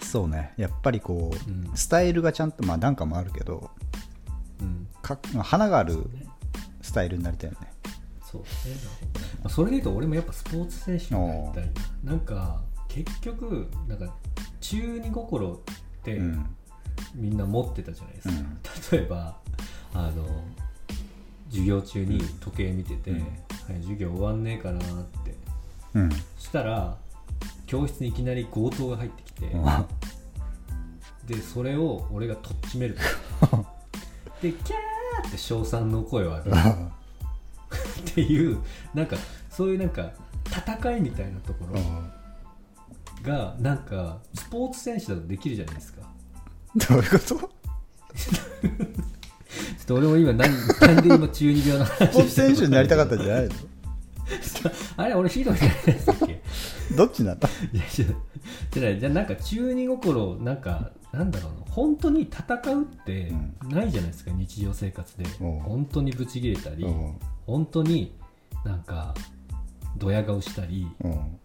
S1: う、
S2: そうねやっぱりこう、
S1: うん
S2: スタイルがちゃんとまあダンカンもあるけど
S1: うん、
S2: か花がある
S1: ね
S2: スタイルになりたいよね
S1: そうですね、まあ、それでいうと、俺もやっぱスポーツ選手になりたいな、なんか、結局、なんか、中二心って、
S2: うん
S1: みんな持ってたじゃないですか、
S2: う ん
S1: 例えばあの授業中に時計見てて、
S2: うん
S1: はい、授業終わんねえかなって
S2: うん
S1: したら教室にいきなり強盗が入ってきて、
S2: うん
S1: でそれを俺がとっちめる でキャーって称賛の声を上げるっていうなんかそういうなんか戦いみたいなとこ
S2: う
S1: ろ
S2: ん
S1: がなんかスポーツ選手だとできるじゃないですか
S2: どういうこと
S1: ちょっと俺も今何なんで今中二病の話
S2: スポーツ選手になりたかったんじ ゃないの
S1: あれ俺ヒーローじゃないですっけい
S2: どっちなんだ
S1: やちょじゃあじゃあなんか中二心なんかなんだろうな本当に戦うってないじゃないですか、日常生活で
S2: うん
S1: 本当にブチギレたり、
S2: うん
S1: 本当になんかドヤ顔したり
S2: うん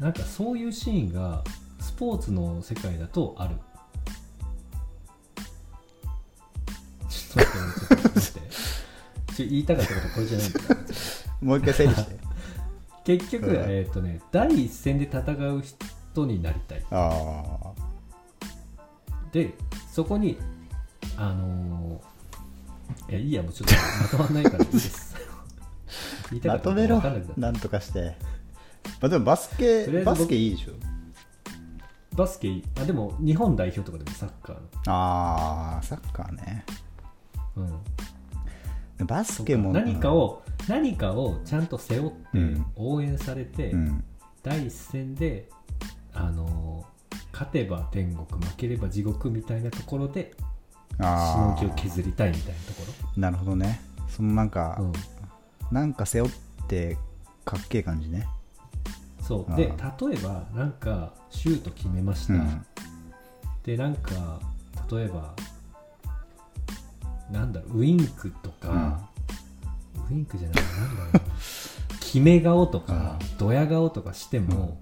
S1: なんかそういうシーンがスポーツの世界だとあるちょっと待ってちょっと待ってちょ言いたかったことこれじゃないんだ
S2: もう一回整理して
S1: 結局、
S2: うん
S1: えっ、とね第一線で戦う人になりたい
S2: あ
S1: でそこにあのー、いやいいやもうちょっとまとまんないからいいです 言いたかった
S2: あまと
S1: こと
S2: めろ
S1: 分かんなくなった
S2: なんとかしてまあでもバスケ
S1: とりあえず僕
S2: バスケいいでしょ
S1: バスケいいあでも日本代表とかでもサッカー
S2: ああサッカーね
S1: の、うん、
S2: バスケも
S1: 何かを何かをちゃんと背負って
S2: うん
S1: 応援されて、
S2: うん
S1: 第一線であのー勝てば天国負ければ地獄みたいなところでしの
S2: あ
S1: ぎを削りたいみたいなとこ
S2: あなるほどねそのなんか、
S1: ろ、うん、
S2: なんか背負ってかっけえ感じね
S1: そう
S2: あ
S1: で例えばなんかシュート決めました、
S2: うん
S1: でなんか例えばなんだろうウインクとか、ウインクじゃないなん だろうな決め顔とか、ドヤ顔とかしても、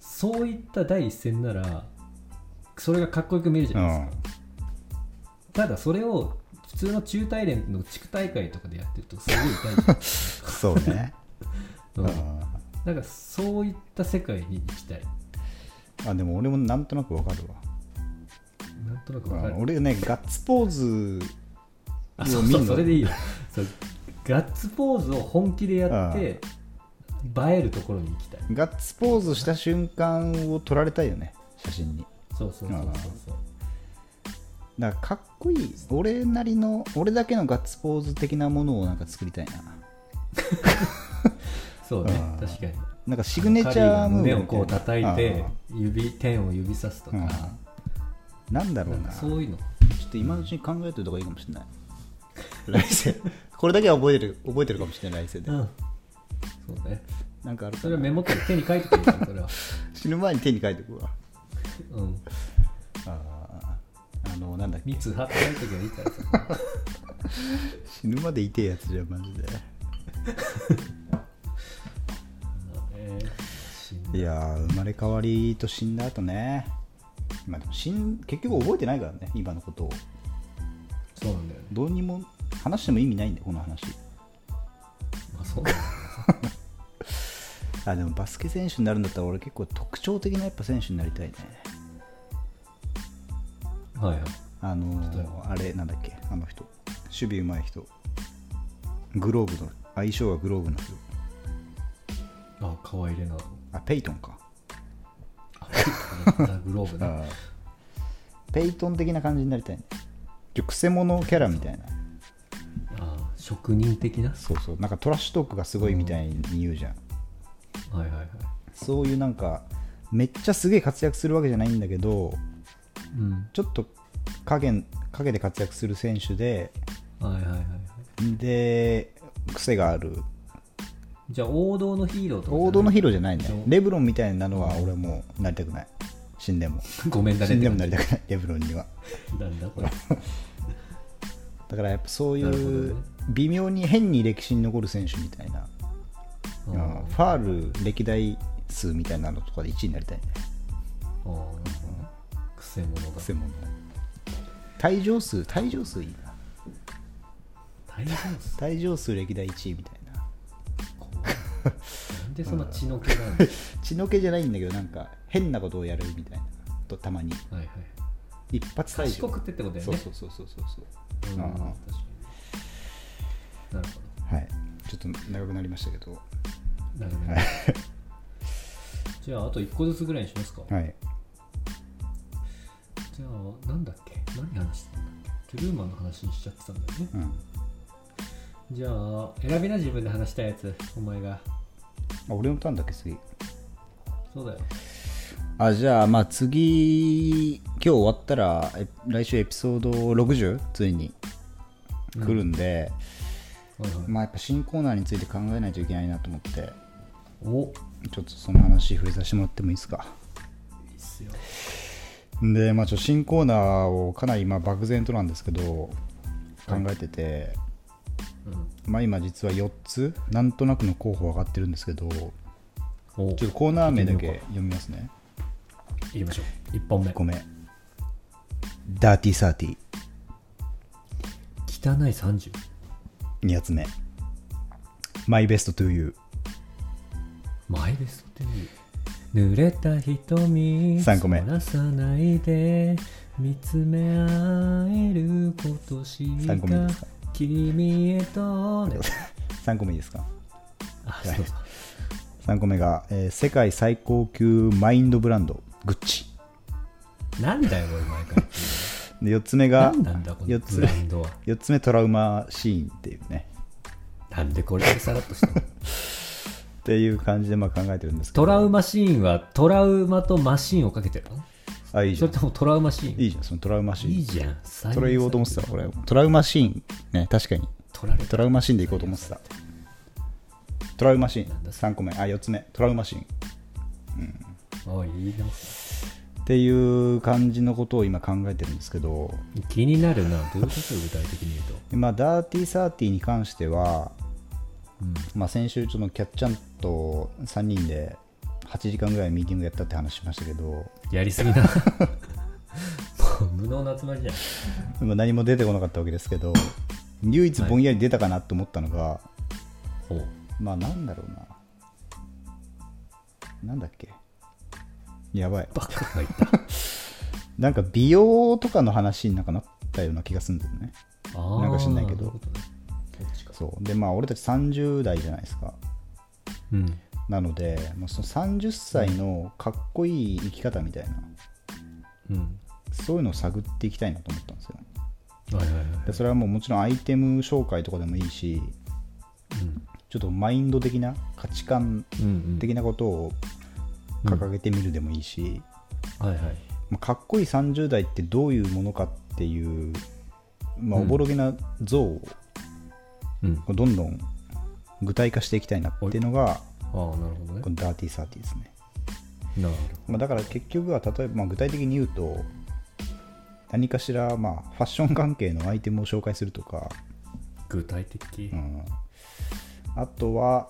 S1: そういった第一線ならそれがかっこよく見えるじゃないですか、ただそれを普通の中大連の地区大会とかでやってるとすごい痛いじゃないです
S2: そうね、
S1: か、
S2: う
S1: うん
S2: ん、
S1: なんかそういった世界に行きたい
S2: あでも俺もなんとなくわかるわ
S1: なんとなくわかる
S2: うん俺ねガッツポーズ
S1: あそう
S2: 見
S1: そ
S2: ん
S1: う
S2: の
S1: それでいいよそうガッツポーズを本気でやって映えるところに行きたい
S2: ガッツポーズした瞬間を撮られたいよね写真に
S1: そうそうそうそうそう
S2: だからかっこいい俺なりの俺だけのガッツポーズ的なものをなんか作りたいな
S1: そうね
S2: あー
S1: 確かに
S2: なんかシグネチャームーブみた
S1: 胸
S2: いな
S1: をこう叩いて
S2: あ
S1: 指天を指さすと
S2: あうん
S1: か,、
S2: なんだろう
S1: なん
S2: な
S1: かそういうの
S2: ちょっと今のうちに考えてるとかいいかもしれない。 来世、これだけは覚えてる覚えてるかもしれない、来世で
S1: う。んそうね
S2: なんかある
S1: そ
S2: か
S1: れは
S2: ら
S1: メモって手に書いてくれるそれは
S2: 死ぬ前に手に書いておくわ。
S1: うん。
S2: あーあのなんだっけ
S1: 蜜張ってない時はいいからさ。
S2: 死ぬまで痛いやつじゃんマジ
S1: えー死んだ
S2: でいやー生まれ変わりと死んだ後ねまあでも死ん結局覚えてないからね今のことを
S1: そうなんだよね。
S2: どうにも話しても意味ないんだよこの話
S1: まあそう だね。
S2: あでもバスケ選手になるんだったら俺結構特徴的なやっぱ選手になりたいね
S1: はいはい。
S2: あのー
S1: 例えば
S2: あれなんだっけあの人守備うまい人グローブの相性がグローブの人
S1: あ、川 入れな。
S2: あペイトンか、
S1: あれザグローブね。
S2: あーペイトン的な感じになりたいねちょくせ者キャラみたいな
S1: あー職人的な。
S2: そうそうなんかトラッシュトークがすごいみたいに言うじゃん、
S1: はいはいはい。
S2: そういうなんかめっちゃすげえ活躍するわけじゃないんだけど
S1: うん。
S2: ちょっと影影で活躍する選手で
S1: はいはいはいはい。
S2: で癖がある
S1: じゃあ王道のヒーローとかじゃない。
S2: 王道のヒーローじゃないね
S1: そう
S2: レブロンみたいなのは俺はもうなりたくない死んでも
S1: ごめんだね
S2: 死
S1: っ
S2: ん
S1: て
S2: で
S1: 感じ。
S2: もなりたくないレブロンには
S1: なんだこれ。
S2: だからやっぱそうい
S1: なるほど
S2: う
S1: ね
S2: 微妙に変に歴史に残る選手みたいな、
S1: あ
S2: うん
S1: ー
S2: ファール歴代数みたいなのとかで1位になりたいね
S1: あーなるほどねくせ者だ。
S2: 専門の退場数退場数いいな
S1: 大丈夫っす
S2: 退場数歴代1位みたいな
S1: 怖い なんでそんな血の気なんだ
S2: 血の気じゃないんだけどなんか変なことをやるみたいなとたまに
S1: はいはい。
S2: 一発退
S1: 賢
S2: 場
S1: くってってことだよね。
S2: そうそうそうそうそう
S1: うん
S2: あー
S1: 確かに。なる ほ
S2: はいちょっと長くなりましたけど
S1: ど。なるほど。じゃあ、あと1個ずつぐらいにしますか。
S2: はい
S1: じゃあ、なんだっけ何話してたんだっけトゥルーマンの話にしちゃってたんだよね。
S2: うん
S1: じゃあ、選びな自分で話したいやつ、お前が。
S2: あ俺のターンだっけ次
S1: そうだよ。
S2: あじゃあまあ次今日終わったらえ来週エピソード60ついに来るんで、
S1: はいはい。
S2: まあやっぱ新コーナーについて考えないといけないなと思って
S1: おい
S2: ちょっとその話触れさせてもらってもいいですか
S1: いっすよ。
S2: でまあちょっと新コーナーをかなりまあ漠然となんですけど考えてて、
S1: うん。
S2: まあ今実は4つなんとなくの候補上がってるんですけどち
S1: お
S2: ょっとコーナー名だけ読みますね
S1: 言いましょう。1本目。
S2: ごめんダーティーサーティ
S1: 汚い30。
S2: 2発目マイベストトゥー ユ
S1: マイベストティー。濡れた瞳
S2: 三個目
S1: そらさないで見つめ合えることし
S2: 三個目で
S1: か
S2: すか
S1: 君へと ね、
S2: 3個目いいですか
S1: あそうだ
S2: 3個目が、えー世界最高級マインドブランドグッチ
S1: なんだよこれ毎回
S2: で4つ目が
S1: 何なんだこの
S2: 4つ
S1: ブランドは
S2: 4つ目トラウマシーンっていうね
S1: なんでこれだけさらっとしたの
S2: っていう感じでまあ考えてるんですけど
S1: トラウマシーンはトラウマとマシーンをかけてるの
S2: あいいじ
S1: それ
S2: ゃん
S1: ともトラウマシーン
S2: いいじゃんそのトラウマシーン
S1: いいじゃんそ
S2: それ言おうと思ってた俺トラウマシーンね確かに
S1: 取られ
S2: ト
S1: た
S2: ラウマシーンでいこうと思ってたトラウマシー
S1: なん
S2: ン
S1: だ
S2: 3個目あ4つ目トラウマシーン
S1: おいいいな
S2: っていう感じのことを今考えてるんですけど
S1: 気になるなどういうことよ具体的に言うと
S2: まあ、ダーティーサーティーに関しては、
S1: うん
S2: まあ、先週ちょっとキャッチャンと3人で8時間ぐらいミーティングやったって話しましたけど、
S1: やりすぎなもう無能の集まりじゃん
S2: まあ、何も出てこなかったわけですけど唯一ぼんやり出たかなと思ったのが、
S1: ほう
S2: まあなんだろうななんだっけやばい
S1: バカがいた
S2: なんか美容とかの話になんかなったような気がするんだよね
S1: あー
S2: なんか知んないけど
S1: ううことねそっちか
S2: そうでまあ俺たち30代じゃないですか
S1: うん
S2: なので、まあ、その30歳のかっこいい生き方みたいな、
S1: うん
S2: そういうのを探っていきたいなと思ったんですよ
S1: はいはいはい
S2: でそれはもうもちろんアイテム紹介とかでもいいしちょっとマインド的な価値観
S1: うんうん
S2: 的なことを掲げてみるでもいいし、
S1: うんはいはい
S2: まあかっこいい30代ってどういうものかっていう、まあ、
S1: う
S2: お
S1: ん
S2: ぼろげな像を
S1: うん
S2: どんどん具体化していきたいなっていうのが、
S1: ああなるほどね
S2: このダーティーサーティーですね。
S1: なる
S2: まあ、だから結局は例えば、まあ、具体的に言うと何かしら、まあ、ファッション関係のアイテムを紹介するとか、
S1: 具体的、
S2: うん、あとは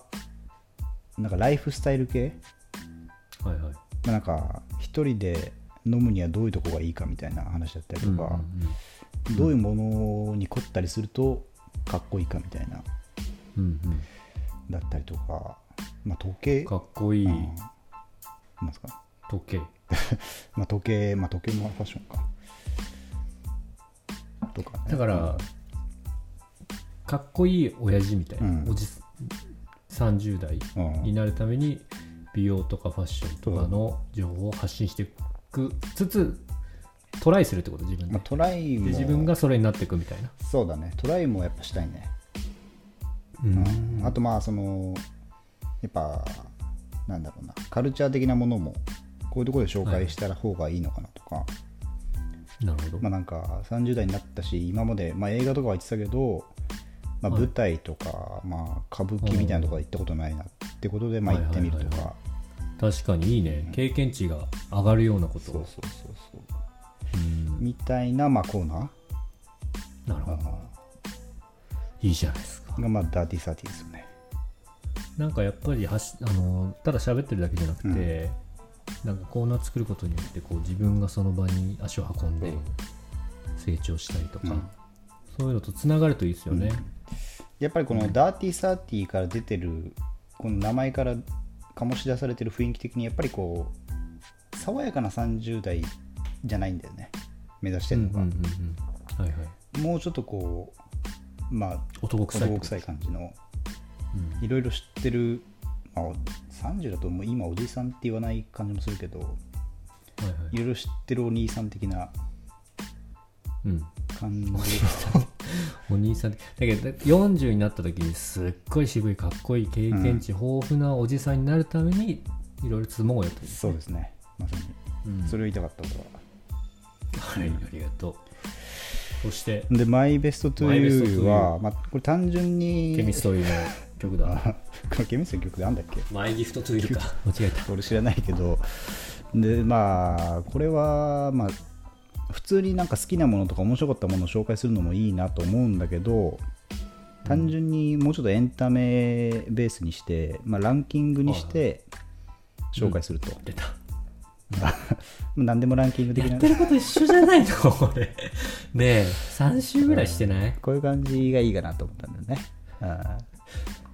S2: なんかライフスタイル系、
S1: はいはい
S2: まあ、なんか一人で飲むにはどういうとこがいいかみたいな話だったりと
S1: うんうん
S2: か、どういうものに凝ったりするとかっこいいかみたいな
S1: うんうん
S2: だったりとか、まあ、時計
S1: うんかっこいい
S2: うんなんですか、
S1: 時計
S2: まあ、時計、まあ、時計もファッションかとか、ね、
S1: だからかっこいい親父みたいな、
S2: うん
S1: おじす30代
S2: うん、うん
S1: になるために美容とかファッションとかの情報を発信していくつつトライするってこと自分で,、
S2: まあ、トライも
S1: で自分がそれになっていくみたいな、
S2: そうだねトライもやっぱしたいね、うんあとまあそのやっぱなんだろうなカルチャー的なものもこういうところで紹介したら方がいいのかなとか、
S1: なるほど、
S2: まあなんか30代になったし今まで、まあ、映画とかは言ってたけど、まあ、
S1: はい
S2: 舞台とか、まあ、歌舞伎みたいなところは行ったことないなってことで、まあ、行ってみるとか、
S1: はいはい確かにいいね経験値が上がるようなこと
S2: そうそうそうそう
S1: うん
S2: みたいな、まあ、コーナ
S1: なるほ
S2: ー、
S1: どいいじゃないですか
S2: うんが、まあ、ダーティーサーティーですよね
S1: なんかやっぱりはしあのただ喋ってるだけじゃなくて、なんかコーナー作ることによってこう自分がその場に足を運んで
S2: うん
S1: 成長したりとか、
S2: うん
S1: そういうのとつながるといいですよね。
S2: やっぱりこのダーティーサーティーから出てるこの名前から醸し出されてる雰囲気的にやっぱりこう爽やかな30代じゃないんだよね目指して
S1: うん
S2: る
S1: う
S2: の
S1: ん
S2: が、
S1: うんはいはい、
S2: もうちょっとこうまあ
S1: 男臭い
S2: 男臭い感じの
S1: うん
S2: いろいろ知ってる、まあ、30だともう今おじさんって言わない感じもするけど
S1: はいはい
S2: いろいろ知ってるお兄さん的な
S1: うん、
S2: 感じ
S1: お兄さんだけど40になった時にすっごい渋いかっこいい経験値豊富なおじさんになるためにいろいろ積もうよという、
S2: そうですねまさに
S1: うん
S2: それを言いたかったことは、
S1: はいありがとうそして
S2: で「マイベストトゥ
S1: My
S2: ユ
S1: Best
S2: ー
S1: to
S2: は、まあ、これ単純に
S1: ケミストリーの曲だ
S2: あ これケミストの曲であんだっけ
S1: マイギフトトゥイルか間違えた
S2: 俺知らないけどでまあこれはまあ普通になんか好きなものとか面白かったものを紹介するのもいいなと思うんだけど単純にもうちょっとエンタメベースにして、まあ、ランキングにして紹介すると、
S1: 出た
S2: 何でもランキング的
S1: や
S2: な
S1: ってること一緒じゃないの俺ねえ3週ぐらいしてない
S2: こういう感じがいいかなと思ったんだよね、うん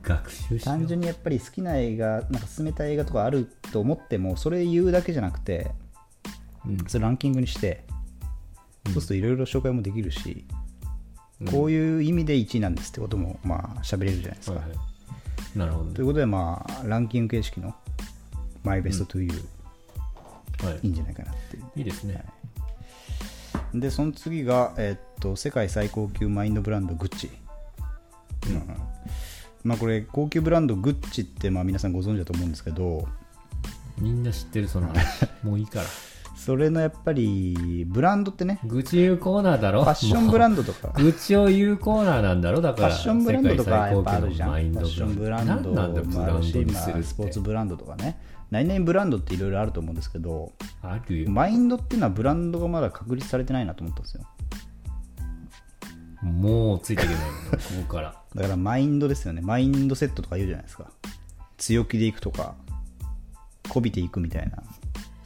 S1: 学習しよ
S2: 単
S1: う
S2: 純にやっぱり好きな映画なんか勧めたい映画とかあると思ってもそれ言うだけじゃなくて
S1: うん
S2: それランキングにして、そうするといろいろ紹介もできるし、
S1: うん
S2: こういう意味で1位なんですってこともまあ喋れるじゃないですか、
S1: はいはいなるほど
S2: と
S1: ね
S2: いうことでまあランキング形式のマイベストトゥユー
S1: はい
S2: いいんじゃないかなっていう
S1: いいですね
S2: でその次が、えっと世界最高級マインドブランドグッチ、うんまあ、これ高級ブランドグッチってまあ皆さんご存知だと思うんですけど
S1: みんな知ってるその話もういいから
S2: それのやっぱりブランドっ てね
S1: 愚痴言うコーナーだろ
S2: ファッションブラ
S1: ン
S2: ンドとか
S1: 愚痴を言うコーナーなんだろだ
S2: フ
S1: か
S2: ァ
S1: ら
S2: ッションブランドとかや
S1: 世
S2: っぱあ
S1: 界最
S2: るじ
S1: 高級
S2: ゃ
S1: のマイン
S2: ん。ファッ
S1: ド
S2: ションブランド
S1: 何なんだブランドにする
S2: まあスポー
S1: っ
S2: ツ
S1: て
S2: ブランドとかね。何々ブランドっていろいろあると思うんですけど、
S1: あるよ
S2: マインドっていうのはブランドがまだ確立されてないなと思ったんですよ。
S1: もうついていけないよここから
S2: だからマインドですよね。マインドセットとか言うじゃないですか。強気でいくとか、こびていくみたいな、そうい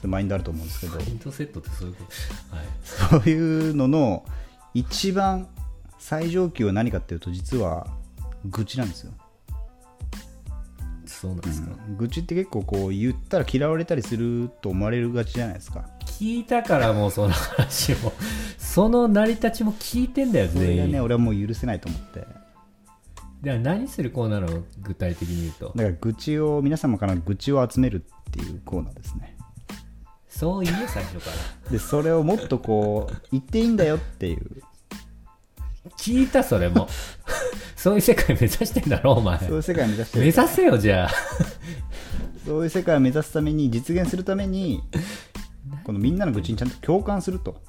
S2: うマインドあると思うんですけど
S1: マ、インドセットってそういうことはい
S2: そういうのの一番最上級は何かっていうと、実は愚痴なんですよ。
S1: そうなんですか
S2: 愚痴って結構こう言ったら嫌われたりすると思われるがちじゃないですか
S1: 聞いたからもうその話もその成り立ちも聞いてんだよ
S2: それが
S1: 全員
S2: ね
S1: だか
S2: 俺はもう許せないと思ってだから
S1: 何するコーナーなの具体的に言うと
S2: ら愚痴を皆様から愚痴を集めるっていうコーナーですね
S1: そう言え最初から
S2: でそれをもっとこう言っていいんだよっていう
S1: 聞いたそれも そういう世界目指してんだろお前
S2: そういう世界を目指して
S1: 目
S2: る
S1: 指せよじゃあ
S2: そういう世界を目指すために実現するためにこのみんなの愚痴にちゃんと共感すると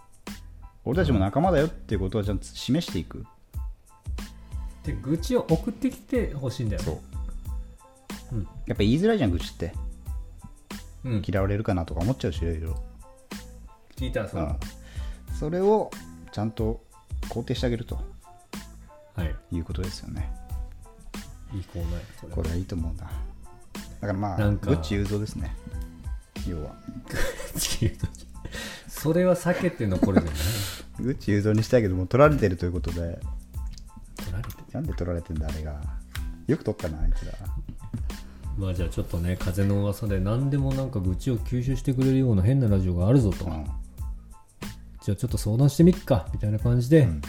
S2: 俺たちも仲間だよっていうことをちゃんと示していく
S1: で愚痴を送ってきてほしいんだよね
S2: そう
S1: うん
S2: やっぱ言いづらいじゃん愚痴って
S1: うん、
S2: 嫌われるかなとか思っちゃうしいろいろ、
S1: 聞いたそううん
S2: それをちゃんと肯定してあげると
S1: はい
S2: いうことですよね
S1: いいコーナーやそれ
S2: これはいいと思うなだからまあ
S1: なんか
S2: グッチ雄三ですね要は
S1: 地球の時 それは避けて残るじゃない
S2: グッチ雄三にしたいけどもう取られてるということで
S1: 取られてる
S2: なんで取られてんだあれがよく取ったなあいつら
S1: まあじゃあちょっとね風の噂で何でもなんか愚痴を吸収してくれるような変なラジオがあるぞと、
S2: うん
S1: じゃあちょっと相談してみっかみたいな感じで、
S2: ん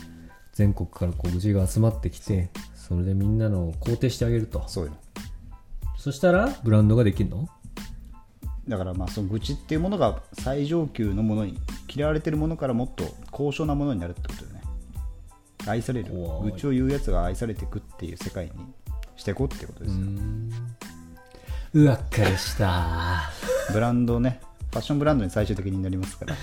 S1: 全国からこう愚痴が集まってきてそれでみんなのを肯定してあげるとそ
S2: そうよ
S1: したらブランドができるの
S2: だからまあその愚痴っていうものが最上級のものに嫌われてるものからもっと高尚なものになるってことだよね愛される
S1: 怖い
S2: 愚痴を言うやつが愛されていくっていう世界にしていこうってことですよ、
S1: うわっかりした
S2: ブランドねファッションブランドに最終的になりますから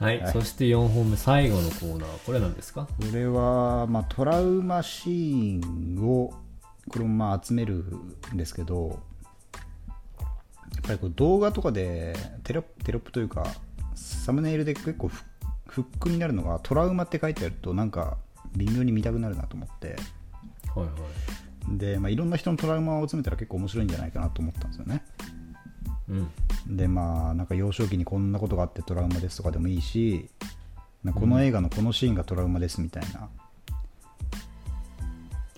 S1: はい、そして4本目最後のコーナーはこれなんですか
S2: これは、まあ、トラウマシーンをこれもまあ集めるんですけどやっぱりこう動画とかでテロテロップというかサムネイルで結構フフックになるのがトラウマって書いてあるとなんか微妙に見たくなるなと思って
S1: はいはい
S2: で、まあ、いろんな人のトラウマを集めたら結構面白いんじゃないかなと思ったんですよね
S1: うん
S2: でまあなんか幼少期にこんなことがあってトラウマですとかでもいいしなんかこの映画のこのシーンがトラウマですみたいな、
S1: は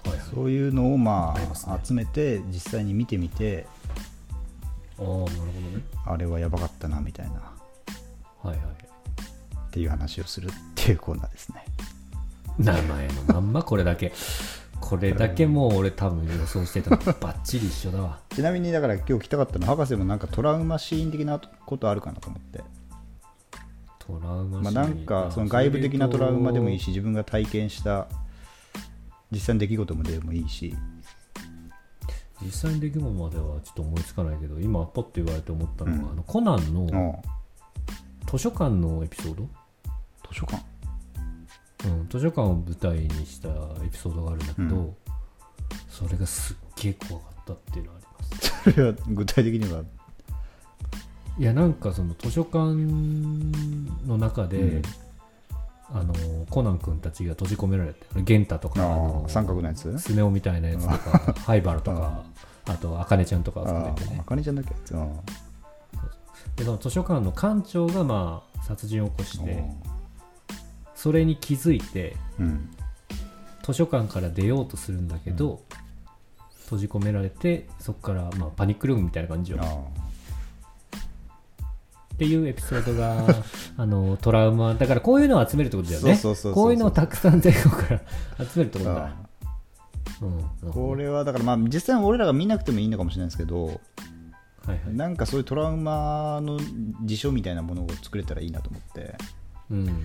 S1: いはい
S2: そういうのをま
S1: あります
S2: あ
S1: ね
S2: 集めて実際に見てみて
S1: ああなるほどね
S2: あれはやばかったなみたいな
S1: はいは
S2: っていう話をするっていうコーナーですね
S1: い名前のまんまこれだけ これだけもう俺多分予想 してたのとバッチリ一緒だわ
S2: ちなみにだから今日来たかったのは博士もなんかトラウマシーン的なことあるかなと思って、
S1: トラウマ
S2: まあ、
S1: シーン
S2: なんかその外部的なトラウマでもいいし自分が体験した実際の出来事もでもいいし
S1: 実際にできるまではちょっと思いつかないけど今ポッと言われて思ったのが、あのコナン
S2: う
S1: の
S2: ん
S1: 図書館のエピソード、
S2: 図書館
S1: うん、図書館を舞台にしたエピソードがあるんだけど、
S2: うん
S1: それがすっげえ怖かったっていうのはあります
S2: それは具体的にはい
S1: やなんかその図書館の中で、
S2: うん
S1: あのコナン君たちが閉じ込められて玄太とかあ
S2: あ
S1: の
S2: あ三角のやつ
S1: スネ夫みたいなやつと かハイバルとかあとあかねちゃんとか含
S2: あ
S1: めてね
S2: あ茜ちゃんだっけうん
S1: でその図書館の館長がまあ殺人を起こして
S2: う
S1: それに気づいて
S2: ん
S1: 図書館から出ようとするんだけど、閉じ込められてそこからまあパニックルームみたいな感じよ
S2: あ
S1: っ
S2: あ
S1: ていうエピソードがあのトラウマだからこういうのを集めるってことだよね
S2: そうそうそうそう
S1: こういうのをたくさん全国から集めるってことだ
S2: あ、
S1: うん、
S2: これはだからまあ実際俺らが見なくてもいいのかもしれないですけど
S1: はいはい、
S2: なんかそういうトラウマの辞書みたいなものを作れたらいいなと思って
S1: うんなる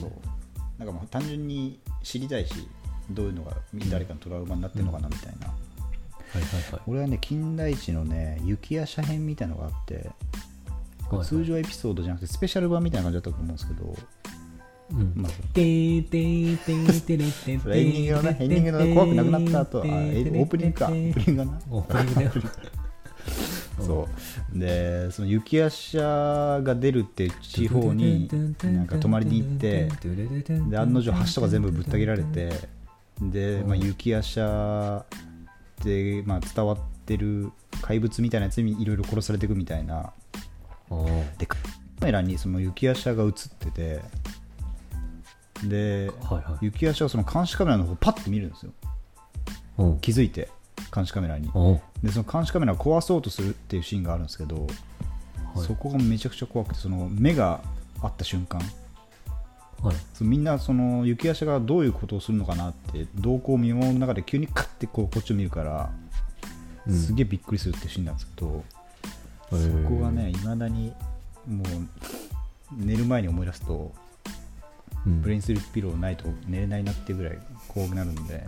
S1: ほど
S2: なんかもう単純に知りたいしどういうのが誰かのトラウマになってるのかなみたいな、
S1: はいはいはい
S2: 俺はね金田一のね雪や斜編みたいのがあってこ
S1: はいはい
S2: れ通常エピソードじゃなくてスペシャル版みたいな感じだったと思うんですけど、
S1: うん
S2: まあ、
S1: てーてーてーてれてんてん
S2: それエンディングのねエンディングの怖くなくなった後はあえオープニングかオープニングかな
S1: オープニングだよ
S2: そうでその雪や斜が出るっていう地方になんか泊まりに行ってで案の定橋とか全部ぶった切られてで、まあ、雪やしゃで、まあ、伝わってる怪物みたいなやつにいろいろ殺されていくみたいな
S1: おー
S2: でカメラにその雪やしゃが映っててで
S1: はいはい
S2: 雪やしゃはその監視カメラの方をパッて見るんですよ
S1: うん
S2: 気づいて監視カメラに
S1: おー
S2: でその監視カメラを壊そうとするっていうシーンがあるんですけど、
S1: はい
S2: そこがめちゃくちゃ怖くてその目が合った瞬間
S1: はい
S2: そうみんなその雪足がどういうことをするのかなって動向を見守る中で急にカッてこうこっちを見るから、
S1: うん
S2: すげえびっくりするってシーンなんですけど
S1: へ
S2: そ
S1: ー
S2: こはねいまだにもう寝る前に思い出すと
S1: うん
S2: ブレインスリーピローないと寝れないなっていうぐらい怖くなるんで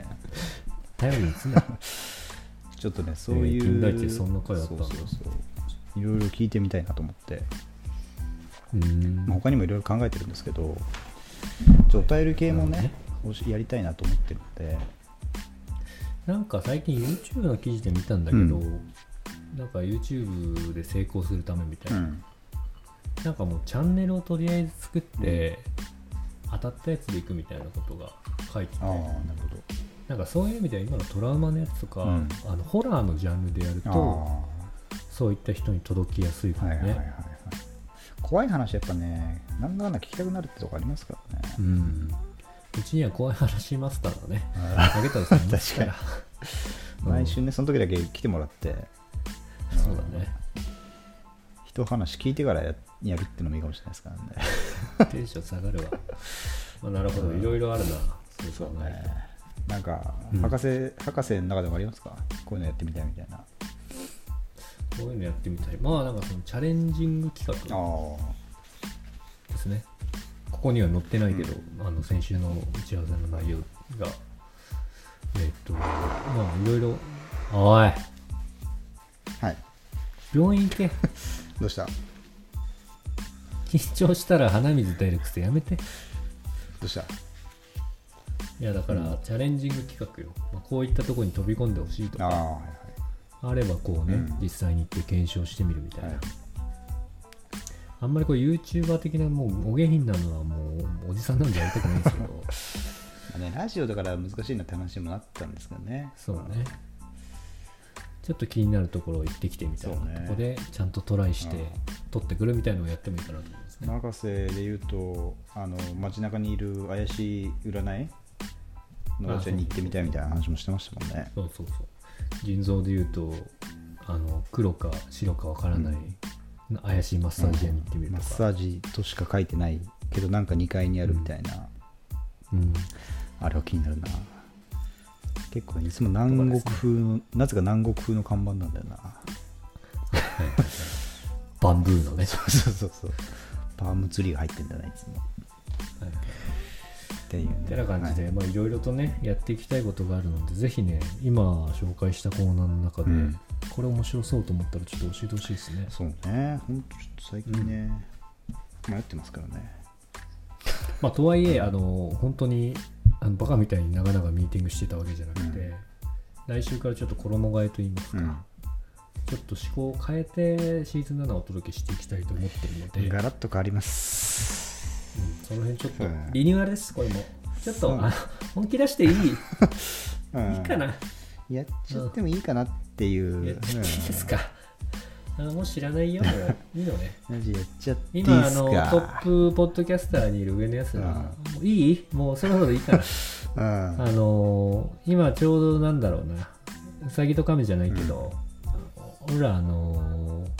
S1: 頼りにすな
S2: ちょっとねそういう、
S1: えー金田一でそんな回あったん
S2: そう
S1: だ
S2: そうそういろいろ聞いてみたいなと思って、
S1: うーん
S2: まあ、他にもいろいろ考えてるんですけどちょっとお便り系もねおしやりたいなと思ってるんで
S1: なんか最近 YouTube の記事で見たんだけど、
S2: う
S1: なんか YouTube で成功するためみたいうな、
S2: ん
S1: なんかもうチャンネルをとりあえず作って、当たったやつでいくみたいなことが書いてて
S2: ああなるほど
S1: なんかそういう意味では今のトラウマのやつとか、
S2: うん
S1: あのホラーのジャンルでやる
S2: あ
S1: とそういった人に届きやすいか
S2: あ
S1: も
S2: は
S1: ね、
S2: いはいはいはい怖い話やっぱねなんだかんだ聞きたくなるってとこありますからね
S1: うんうちには怖い話マスターがね
S2: あ
S1: あげたらさん
S2: 確かに
S1: したら
S2: ー毎週ねその時だけ来てもらって
S1: うんそうだね
S2: 一話聞いてからややるってのもいいかもしれないですからね
S1: テンション下がるわ、まあ、なるほどいろいろあるなそう考えると
S2: なんか、
S1: うん
S2: 博士博士の中でもありますかこういうのやってみたいみたいなあ
S1: こういうのやってみたいまあなんかそのチャレンジング企画
S2: あ
S1: ですねここには載ってないけど、あの先週の打ち合わせの内容がえっとまあいろいろおい
S2: はい
S1: 病院行 け
S2: どうしたど
S1: 緊張したら鼻水出るくせやめて
S2: うした
S1: いやだから、チャレンジング企画よ、まあ、こういったところに飛び込んでほしいと
S2: ああ
S1: か
S2: は
S1: あればこうね、
S2: うん
S1: 実際に行って検証してみるみたい
S2: いは
S1: な、
S2: い、はい、
S1: あんまりこう YouTuber 的なもうお下品なのはもうおじさんなんでやりたくないんですけど
S2: まあねラジオだから難しいなって話もあったんですけどね
S1: そうねちょっと気になるところを行ってきてみたいな
S2: そうね
S1: とこでちゃんとトライして
S2: うん
S1: 取ってくるみたいなのをやってもいいかなと思いますね、
S2: 博士で言うとあの街中にいる怪しい占いのおちゃんに行ってみたいみたいな話もしてましたもんね
S1: そうそうそう腎臓で言うとあの黒か白かわからない、怪しいマッサージ屋に行ってみる
S2: マ
S1: と
S2: ッ
S1: か、
S2: サージとしか書いてないけどなんか2階にあるみたいな、
S1: うん
S2: あれは気になるな結構ねいつも南国風の、なぜか南国風の看板なんだよ な
S1: バンブーのね、
S2: そうそうそうそうパームツリーが入ってんだないつも
S1: はい、
S2: っていうね
S1: てな感じで、
S2: はい
S1: い、まあいろいろとねやっていきたいことがあるのでぜひね今紹介したコーナーの中で、
S2: うん
S1: これ面白そうと思ったらちょっと教えてほしいですね
S2: そうねほんとちょっと最近ね、迷ってますからね
S1: まあ、とはいえ、あの本当にあのバカみたいに長々ミーティングしてたわけじゃなくて、
S2: うん
S1: 来週からちょっと衣替えといいますか、
S2: うん
S1: ちょっと思考を変えてシーズン7をお届けしていきたいと思ってるので、
S2: ガラッと変わります
S1: うんその辺ちょっと
S2: うん
S1: リニューアルです、これも。ちょっ
S2: そ
S1: と
S2: う
S1: あの本気出していいいい
S2: うん
S1: かな、
S2: やっちゃってもいいかなっていう、うん
S1: やっちゃっていいですか。あのもう知らないよ、もういいのね。
S2: マジやっちゃっていいっす
S1: 今
S2: か
S1: あの、トップポッドキャスターにいる上のやつら、もういいもうそろそろいいか な。
S2: うん
S1: あのー今ちょうどなんだろうなうさぎと亀じゃないけど、俺らあのー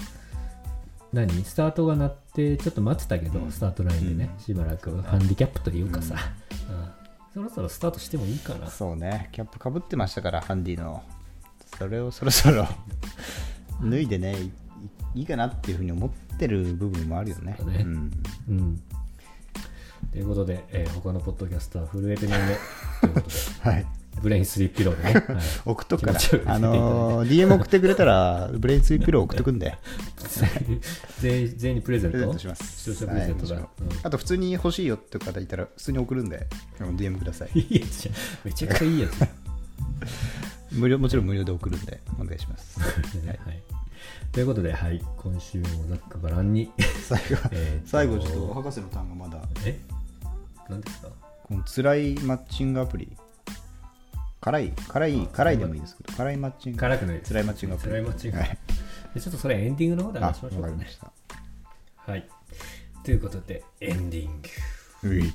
S1: 何スタートが鳴ってちょっと待ってたけど、
S2: うん
S1: スタートラインでね、
S2: うん
S1: しばらくハンディキャップというかさ、うんそろそろスタートしてもいいかな
S2: そうね、キャップかぶってましたから、ハンディの。それをそろそろ脱いでね、いいいいかなっていうふうに思ってる部分もあるよね。
S1: そうだね
S2: ん、
S1: うんということで、えー他のポッドキャスター震えてないねということで
S2: はい。
S1: ブレインスリーピローでね、 はい、
S2: 送っとくから
S1: 気持ちよく見せていた、だ
S2: あ
S1: いて
S2: のー、DM 送ってくれたら、ブレインスイーピロー送っとくんで、
S1: 全員全員にプレゼン
S2: プ
S1: ト
S2: レゼントします。
S1: 視聴者プレゼントだ、
S2: はいもちろん
S1: うん
S2: あと、普通に欲しいよって方いたら、普通に送るんで、あの DM ください。
S1: いいやつじゃん めちゃくちゃいいやつじゃん
S2: 無料もちろん無料で送るんで、お願いします。
S1: はい、 ということで、はい、今週もざっくばらんに。
S2: 最後、
S1: えーと
S2: 最後ちょっと、博士の単語まだ、
S1: え何ですか
S2: この辛いマッチングアプリ辛い辛い辛いでもいいですけど辛いマッチング
S1: 辛くないです。
S2: 辛いマッチングアプリ
S1: 辛いマッチング
S2: はい
S1: でちょっとそれエンディングの方で
S2: あわ
S1: 話し
S2: か
S1: ましょうか
S2: りま
S1: ね。
S2: した
S1: はい。ということで、エンディング。
S2: うい